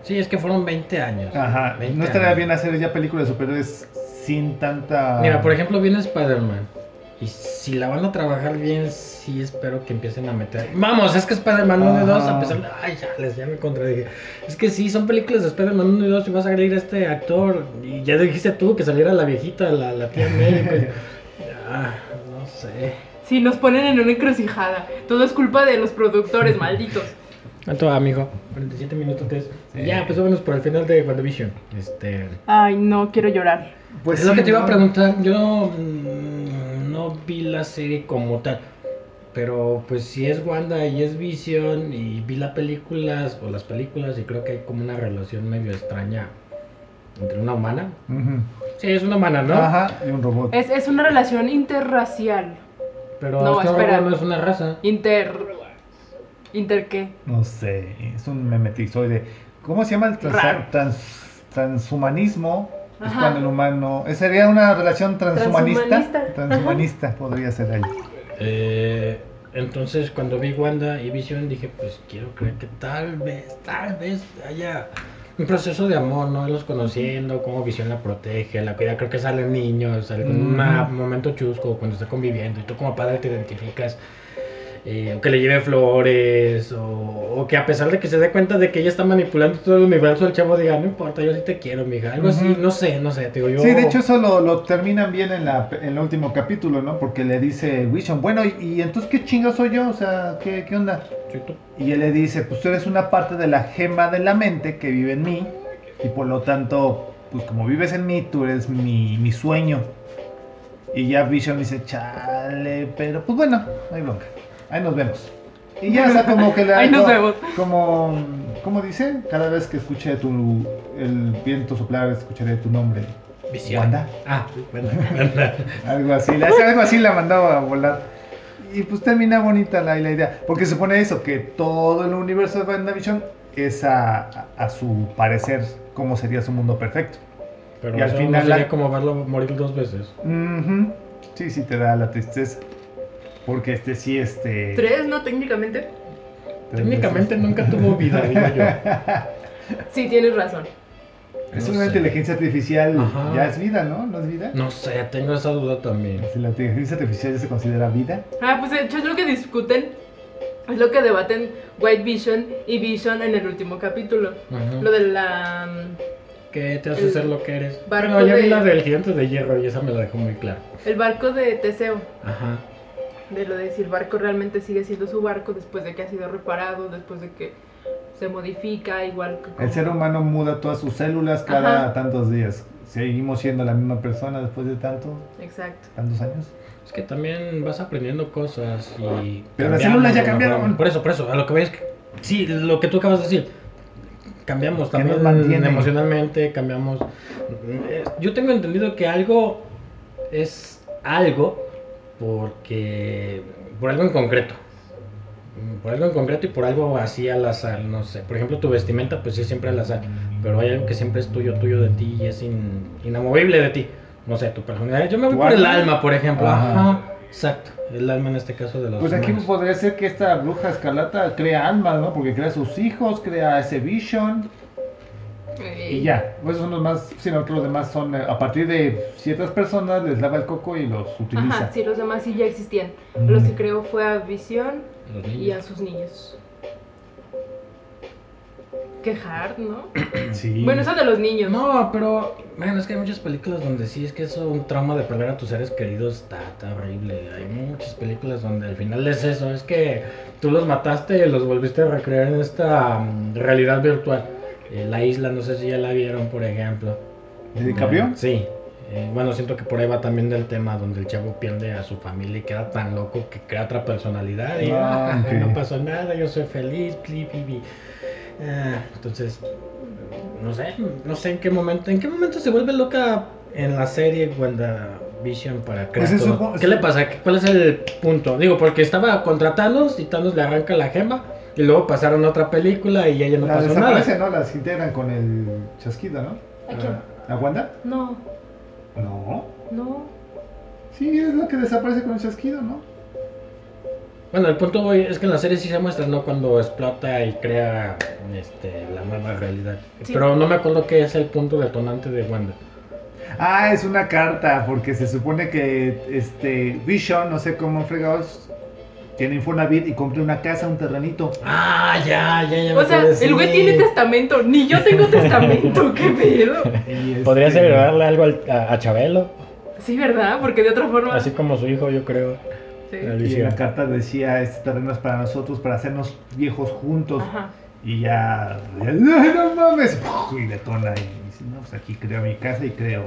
Sí, es que fueron 20 años. Ajá, 20 no estaría años. bien hacer ya películas de superhéroes sin tanta... Mira, por ejemplo, viene Spider-Man. Y si la van a trabajar bien, sí espero que empiecen a meter. Vamos, es que Spider-Man 1 y 2, a Ajá. pesar de. Ay, ya, les, ya me contradije. Es que sí, son películas de Spider-Man 1 y 2 y vas a salir este actor. Y ya dijiste tú que saliera la viejita, la, la tía May. (laughs) pues. Ah, no sé. Sí, nos ponen en una encrucijada. Todo es culpa de los productores, (laughs) malditos. ¿Cuánto, amigo? 47 minutos tres. Sí. Ya, pues vámonos por el final de WandaVision. Este. Ay, no, quiero llorar. Pues es lo sí, que te iba a ¿no? preguntar. Yo mm, no vi la serie como tal. Pero pues si es Wanda y es Vision y vi las películas o las películas y creo que hay como una relación medio extraña entre una humana. Ujú. Sí, es una humana, ¿no? Ajá, y un robot. Es, es una relación interracial. Pero No, este espera. no es una raza. Inter. ¿Inter qué? No sé, es un memetizoide. ¿Cómo se llama el transa- Raro. trans- transhumanismo? Es Ajá. cuando el humano... eh, ¿Sería una relación transhumanista? Transhumanista. Transhumanista podría ser ahí. Eh, entonces cuando vi Wanda y Vision dije pues quiero creer que tal vez, tal vez haya un proceso de amor, ¿no? Los conociendo, cómo Vision la protege, la cuida, creo que salen niños, algún ma- Ujú. momento chusco cuando está conviviendo y tú como padre te identificas. eh, o que le lleve flores, o, o que a pesar de que se dé cuenta de que ella está manipulando todo el universo, el chavo diga, no importa, yo sí te quiero, mija. Algo así, Ujú. no sé, no sé, te digo yo. Sí, de hecho eso lo, lo terminan bien en, la, en el último capítulo, ¿no? Porque le dice Vision, bueno, ¿y, y entonces qué chingo soy yo? O sea, ¿qué, qué onda? Soy tú. Y él le dice, pues tú eres una parte de la gema de la mente que vive en mí y por lo tanto, pues como vives en mí, tú eres mi, mi sueño. Y ya Vision dice, chale, pero pues bueno, no hay bronca. Ahí nos vemos. Y ya, o sea, como que la... (laughs) Ahí nos co- vemos. Como, ¿cómo dice? Cada vez que escuche tu, el viento soplar, escucharé tu nombre. Vision. Wanda. Ah, Wanda, (laughs) Wanda. Algo así, la- algo así la mandaba a volar. Y pues termina bonita la, la idea. Porque supone eso, que todo el universo de WandaVision es a, a- a su parecer cómo sería su mundo perfecto. Pero Y al eso final no sería la- como verlo morir dos veces. Ujú. Sí, sí, te da la tristeza. Porque este sí, este... ¿Tres, no? Técnicamente. tres Técnicamente veces. nunca tuvo vida, digo yo. Sí, tienes razón. Es No una sé. inteligencia artificial, Ajá. Mm. ya es vida, ¿no? ¿No es vida? (laughs) No sé, tengo esa duda también. Si la inteligencia artificial ya se considera vida. Ah, pues de hecho es lo que discuten. Es lo que debaten White Vision y Vision en el último capítulo. Ujú. Lo de la... mm, ¿Qué te hace El ser lo que eres? barco Bueno, ya vi de- la del gigante de hierro y esa me la dejó muy clara. El barco de Teseo. Ajá. De lo de si el barco realmente sigue siendo su barco después de que ha sido reparado, después de que se modifica, igual que... como- El ser humano muda todas sus células cada Ajá. tantos días. Seguimos siendo la misma persona después de tanto, Exacto. tantos años. Es que también vas aprendiendo cosas y. Pero las cambiamos, células ya a lo cambiaron. mejor. Por eso, por eso. A lo que voy es que. Sí, lo que tú acabas de decir. Cambiamos ¿Qué nos también mantiene? emocionalmente, cambiamos. Eh, Yo tengo entendido que algo es algo porque. por algo en concreto. Mm, Por algo en concreto y por algo así al azar, no sé. Por ejemplo, tu vestimenta, pues sí, es siempre al azar. Pero hay algo que siempre es tuyo, tuyo de ti y es in- inamovible de ti. No sé, tu personalidad. Yo me voy Tu por el alma. alma, por ejemplo. Ajá. Ajá. Exacto. El alma en este caso de los. Pues aquí humanos. podría ser que esta bruja escarlata crea almas, ¿no? Porque crea sus hijos, crea ese vision y Eh, ya. Pues son los más, si no, los demás son eh, a partir de ciertas personas les lava el coco y los utiliza. Ajá, sí, los demás sí ya existían. Mm. Los que creó fue a Visión Los y a niños. sus niños. Qué hard, ¿no? Sí. Bueno, eso de los niños. No, pero. Bueno, es que hay muchas películas donde sí es que eso, un trauma de perder a tus seres queridos está, está horrible. Hay muchas películas donde al final es eso. Es que tú los mataste y los volviste a recrear en esta mm, realidad virtual. Eh, la isla, no sé si ya la vieron, por ejemplo. ¿De DiCaprio? Sí. Eh, bueno, siento que por ahí va también del tema donde el chavo pierde a su familia y queda tan loco que crea otra personalidad y Ah, "Ah, ok. no pasó nada, yo soy feliz, pli, pli, pli". Ah, entonces, no sé, Mm, no sé en qué momento, en qué momento se vuelve loca en la serie WandaVision para crear Pues eso todo? fue- ¿Qué le pasa? ¿Qué- ¿Cuál es el punto? Digo, porque estaba contra Thanos y Thanos le arranca la gema y luego pasaron a otra película y ella no Las pasó nada. desaparecen, ¿no? Las integran con el chasquido, ¿no? ¿A Ah. quién? ¿La Wanda? No, No. no. Sí, es la que desaparece con el chasquido, ¿no? Bueno, el punto hoy es que en la serie sí se muestra, ¿no? Cuando explota y crea este, la nueva realidad. Sí. Pero no me acuerdo qué es el punto detonante de Wanda. Ah, es una carta, porque se supone que este Vision, no sé cómo fregados, tiene Infonavit y compra una casa, un terrenito. Ah, ya, ya, ya. me O sea, acuerdo, sí. el güey tiene testamento, ni yo (laughs) tengo testamento, qué pedo. Y, este, Podrías agregarle algo al- a, a Chabelo, Sí, ¿verdad? Porque de otra Ah, forma. así como su hijo, yo creo. Sí. la Y en Lucía. la carta decía, este terreno es para nosotros, para hacernos viejos juntos. Ajá. Y ya, ya, "Ay, no mames, y detona. Y dice, no, pues aquí creo mi casa y creo,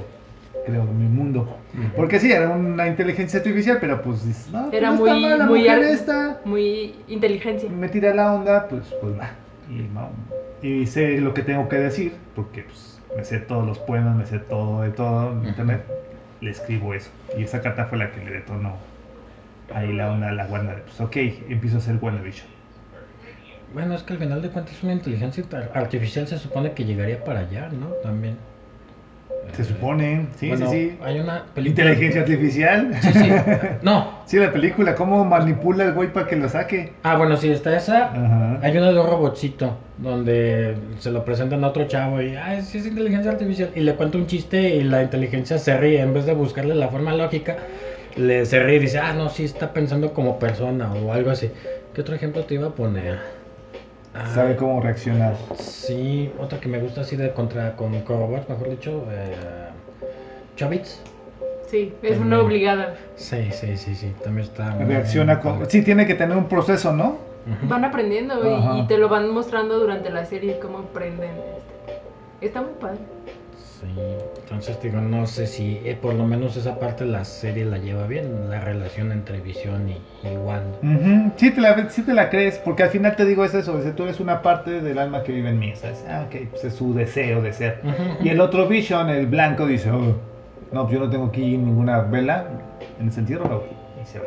creo mi mundo. Porque sí, era una inteligencia artificial, pero pues, dices, no, pues, Era no está muy- mal, la muy mujer ar- esta. Muy inteligencia. me tira la onda, pues, pues va. Y, ma- y sé lo que tengo que decir, porque pues, me sé todos los poemas, me sé todo de todo en Ujú. internet. Le escribo eso. Y esa carta fue la que le detonó ahí la onda a la Wanda. de, Pues ok, empiezo a hacer WandaVision. Bueno, es que al final de cuentas una inteligencia ar- artificial se supone que llegaría para allá, ¿no? También. Se Eh, supone, sí, bueno, sí, sí. Hay una película. Inteligencia artificial. Sí, sí. No. Sí, la película, cómo manipula el güey para que lo saque. Ah, bueno, sí, está esa. Ajá. Hay una de un robotcito donde se lo presentan a otro chavo y, ah, sí es inteligencia artificial. Y le cuenta un chiste y la inteligencia se ríe. En vez de buscarle la forma lógica, le se ríe y dice, ah, no, sí está pensando como persona o algo así. ¿Qué otro ejemplo te iba a poner? Ah, Sabe cómo reaccionar. Sí, otra que me gusta así de contra con Corobot, mejor dicho, eh, Chavits. Sí, es También. una obligada. Sí, sí, sí, sí, también está. muy- Reacciona con... Sí, tiene que tener un proceso, ¿no? Ujú. Van aprendiendo y- Ajá. y te lo van mostrando durante la serie cómo aprenden. este. Está muy (laughs) padre. Sí, entonces digo, no sé si eh, por lo menos esa parte la serie la lleva bien, la relación entre Visión y, y Wanda. Ujú, Sí, te la, sí te la crees, porque al final te digo es eso, dice, tú eres una parte del alma que vive en mí, ¿sabes? Ah, ok, pues es su deseo de ser. Y el otro Vision, el blanco, dice, "Oh, no, pues yo no tengo aquí ninguna vela, en el sentido no, y se va.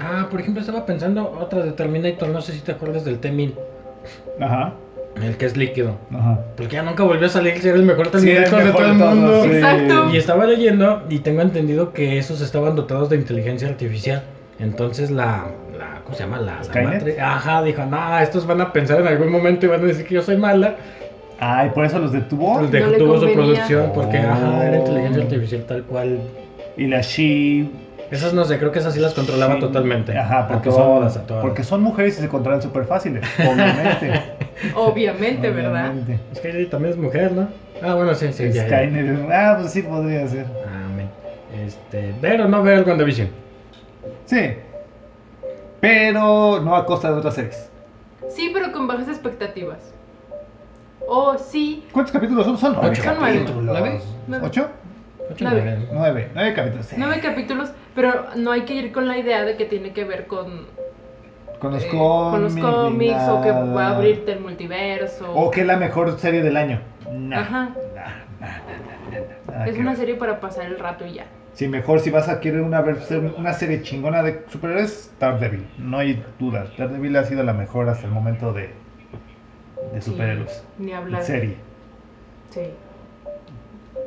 Ah, por ejemplo, estaba pensando otra de Terminator, no sé si te acuerdas del T-1000, Ajá, el que es líquido. ajá. Porque ya nunca volvió a salir, ser el mejor Sí, era Terminator de mejor todo el de todos, mundo. sí. Exacto. Y estaba leyendo y tengo entendido que esos estaban dotados de inteligencia artificial. Entonces la, la ¿cómo se llama? La, la ¿Skynet? Matrix- Ajá, dijo, no, estos van a pensar en algún momento y van a decir que yo soy mala. Ay, por eso los detuvo. Pues de- No le tuvo su convenía. producción porque Oh. ajá, era inteligencia artificial tal cual. Y la She, Esas no sé, creo que esas sí las controlaba Sí. totalmente. Ajá, porque a todas, son, a todas. porque son mujeres y se controlan súper fáciles, (laughs) obviamente. Obviamente, ¿verdad? Obviamente. Skyler también es mujer, ¿no? Ah, bueno, sí, sí, ya, ya. Skynet, ah, pues sí podría ser. Amén. Este, pero no veo el WandaVision. Sí. Pero no a costa de otras series. Sí, pero con bajas expectativas. Oh, sí. ¿Cuántos capítulos son? Son nueve Ocho. Son nueve. capítulos. ¿Nueve? Nueve. ¿Ocho? Ocho, Nueve. nueve. Nueve. Nueve capítulos. sí. Nueve capítulos, pero no hay que ir con la idea de que tiene que ver con, Con los eh, cómics. con los ni cómics o que nada. va a abrirte el multiverso. O que es la mejor serie del año. Nah. Ajá. Nah, nah, nah, nah, nah, nada Es que una ver. serie para pasar el rato y ya. Si mejor, si vas a querer una, vers- una serie chingona de superhéroes, Daredevil. No hay duda. Daredevil ha sido la mejor hasta el momento de, de Sí, superhéroes. Ni hablar. Serie. Sí.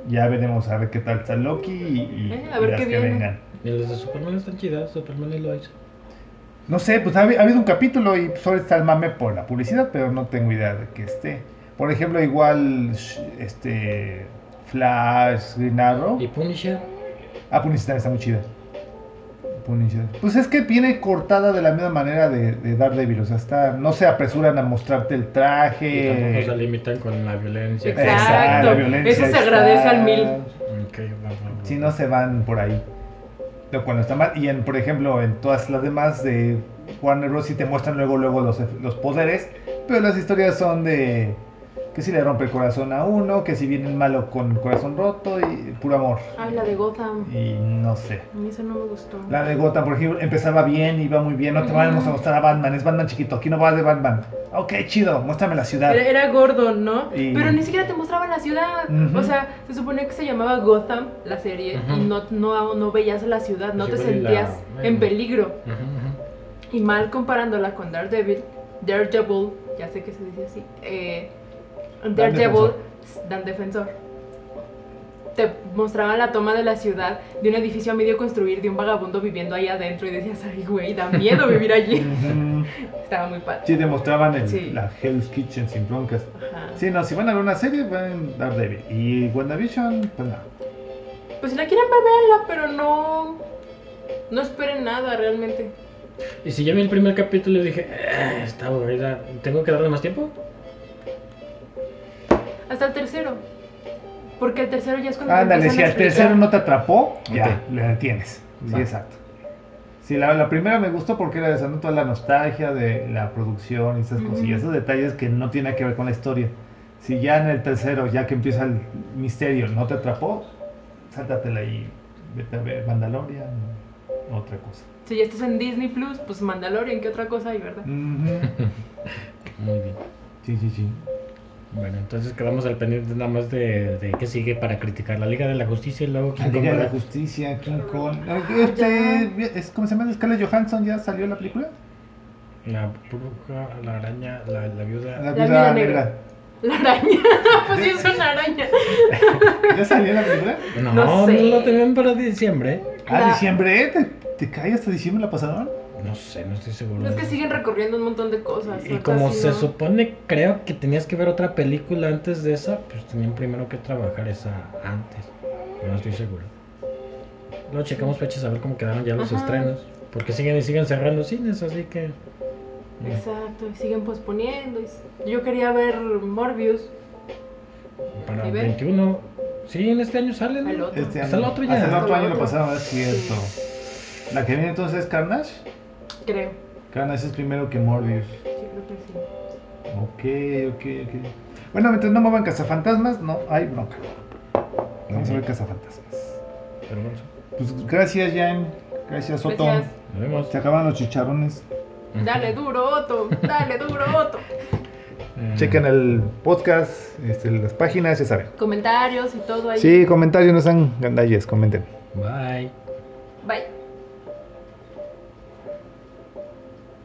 Ya veremos a ver qué tal está Loki y, y- Eh, a y ver las qué que viene. vengan. Y los de Superman están chidas, Superman y Lois. No sé, pues ha, habi- ha habido un capítulo y solo está el mame por la publicidad, pero no tengo idea de que esté. Por ejemplo, igual sh- este Flash, Green Arrow. Y Punisher. Ah, Punisher también está muy chida. Punisher. Pues es que viene cortada de la misma manera de, de Daredevil. O sea, está, no se apresuran a mostrarte el Y tampoco se traje. limitan con la violencia. Exacto. Exacto. Eh. la violencia Eso se agradece al mil. Ok, va, va, va. Si no se van por ahí. Lo cual no está mal. Y en, por ejemplo, en todas las demás de Warner Bros. sí te muestran luego, luego los, ef- los poderes. Pero las historias son de que si le rompe el corazón a uno, que si viene el malo con el corazón roto y puro amor. Ay, la de Gotham. Y no sé. A mí eso no me gustó. La de Gotham, por ejemplo, empezaba bien, iba muy bien. No te vamos a mostrar a Batman, es Batman chiquito. Aquí no va de Batman. Ok, chido, muéstrame la ciudad. Era, era Gordon, ¿no? Y- Pero ni siquiera te mostraban la ciudad. Ujú. O sea, se suponía que se llamaba Gotham la serie Ujú. y no, no, no veías la ciudad, no Sí, te pues, y la- sentías en peligro. Ujú, ujú. Y mal comparándola con Daredevil, Daredevil, ya sé que se dice así, eh, Daredevil, Defensor. Dan Defensor. Te mostraban la toma de la ciudad, de un edificio a medio construir, de un vagabundo viviendo ahí adentro y decías, ay, güey, da miedo vivir allí. (laughs) (laughs) Ujú. Estaba muy padre. Sí, demostraban el, Sí. la Hell's Kitchen sin broncas. Ajá. Sí, no, si van a ver una serie, van a Daredevil. Y WandaVision, pues no. Pues si la quieren ver, véanla, pero no. No esperen nada realmente. Y si ya vi el primer capítulo y dije, "Eh, está aburrida, ¿tengo que darle más tiempo? Hasta el tercero. Porque el tercero ya es cuando. te Ándale, si empiezan a al tercero explicar. no te atrapó, ya, Ok. le detienes. Sí, Va. exacto. Sí, la, la primera me gustó porque era esa, ¿no? toda la nostalgia de la producción y esas Ujú. cosillas, esos detalles que no tienen que ver con la historia. Si ya en el tercero, ya que empieza el misterio, no te atrapó, sáltatela y vete a ver Mandalorian, otra cosa. Si ya estás en Disney Plus, pues Mandalorian, ¿qué otra cosa hay, verdad? Ujú. Muy bien. Sí, sí, sí. Bueno, entonces quedamos al pendiente nada más de, de qué sigue para criticar la Liga de la Justicia y luego La King Kong, Liga de la ¿verdad? Justicia, King Kong. Este, es- ¿Cómo se llama? ¿Scarlett Johansson ya salió la película? La bruja, la araña, la, la La viuda. Viuda Negra. Viuda Negra. La araña. (laughs) pues sí, (laughs) es una araña. ¿Ya salió la película? No, No no, sé. lo tenían para diciembre. Ah, La- diciembre, ¿eh? ¿Te, te cae hasta diciembre la pasaron? No sé, no estoy seguro. Es que siguen recorriendo un montón de cosas. Y ahorita como sí, se ¿no? supone, creo que tenías que ver otra película antes de esa, pues tenían primero que trabajar esa antes. No estoy seguro. Luego checamos fechas a ver cómo quedaron ya los Ajá. estrenos. Porque siguen y siguen cerrando cines, así que. Exacto, y siguen posponiendo. y s- Yo quería ver Morbius. Para ¿Y el ve? 21. Sí, en este año salen. Al otro. Este Hasta año. el otro ya. Hasta el Hasta otro el año lo otro. pasaron, es cierto. La que viene entonces es Carnage. Creo. Carnage es primero que Morbius. Yo creo que sí. Ok, ok, ok. Bueno, mientras no muevan Cazafantasmas, no hay bronca. Vamos a ver Cazafantasmas. Pero bueno, Pues gracias, Jan. Gracias, Soto. Gracias. nos vemos. Se acaban los chicharrones. Dale duro, Otto. Dale duro, (laughs) Otto. Eh, Chequen el podcast, este, las páginas, ya saben. Comentarios y todo ahí. Sí, comentarios, no sean gandalles, comenten. Bye. Bye.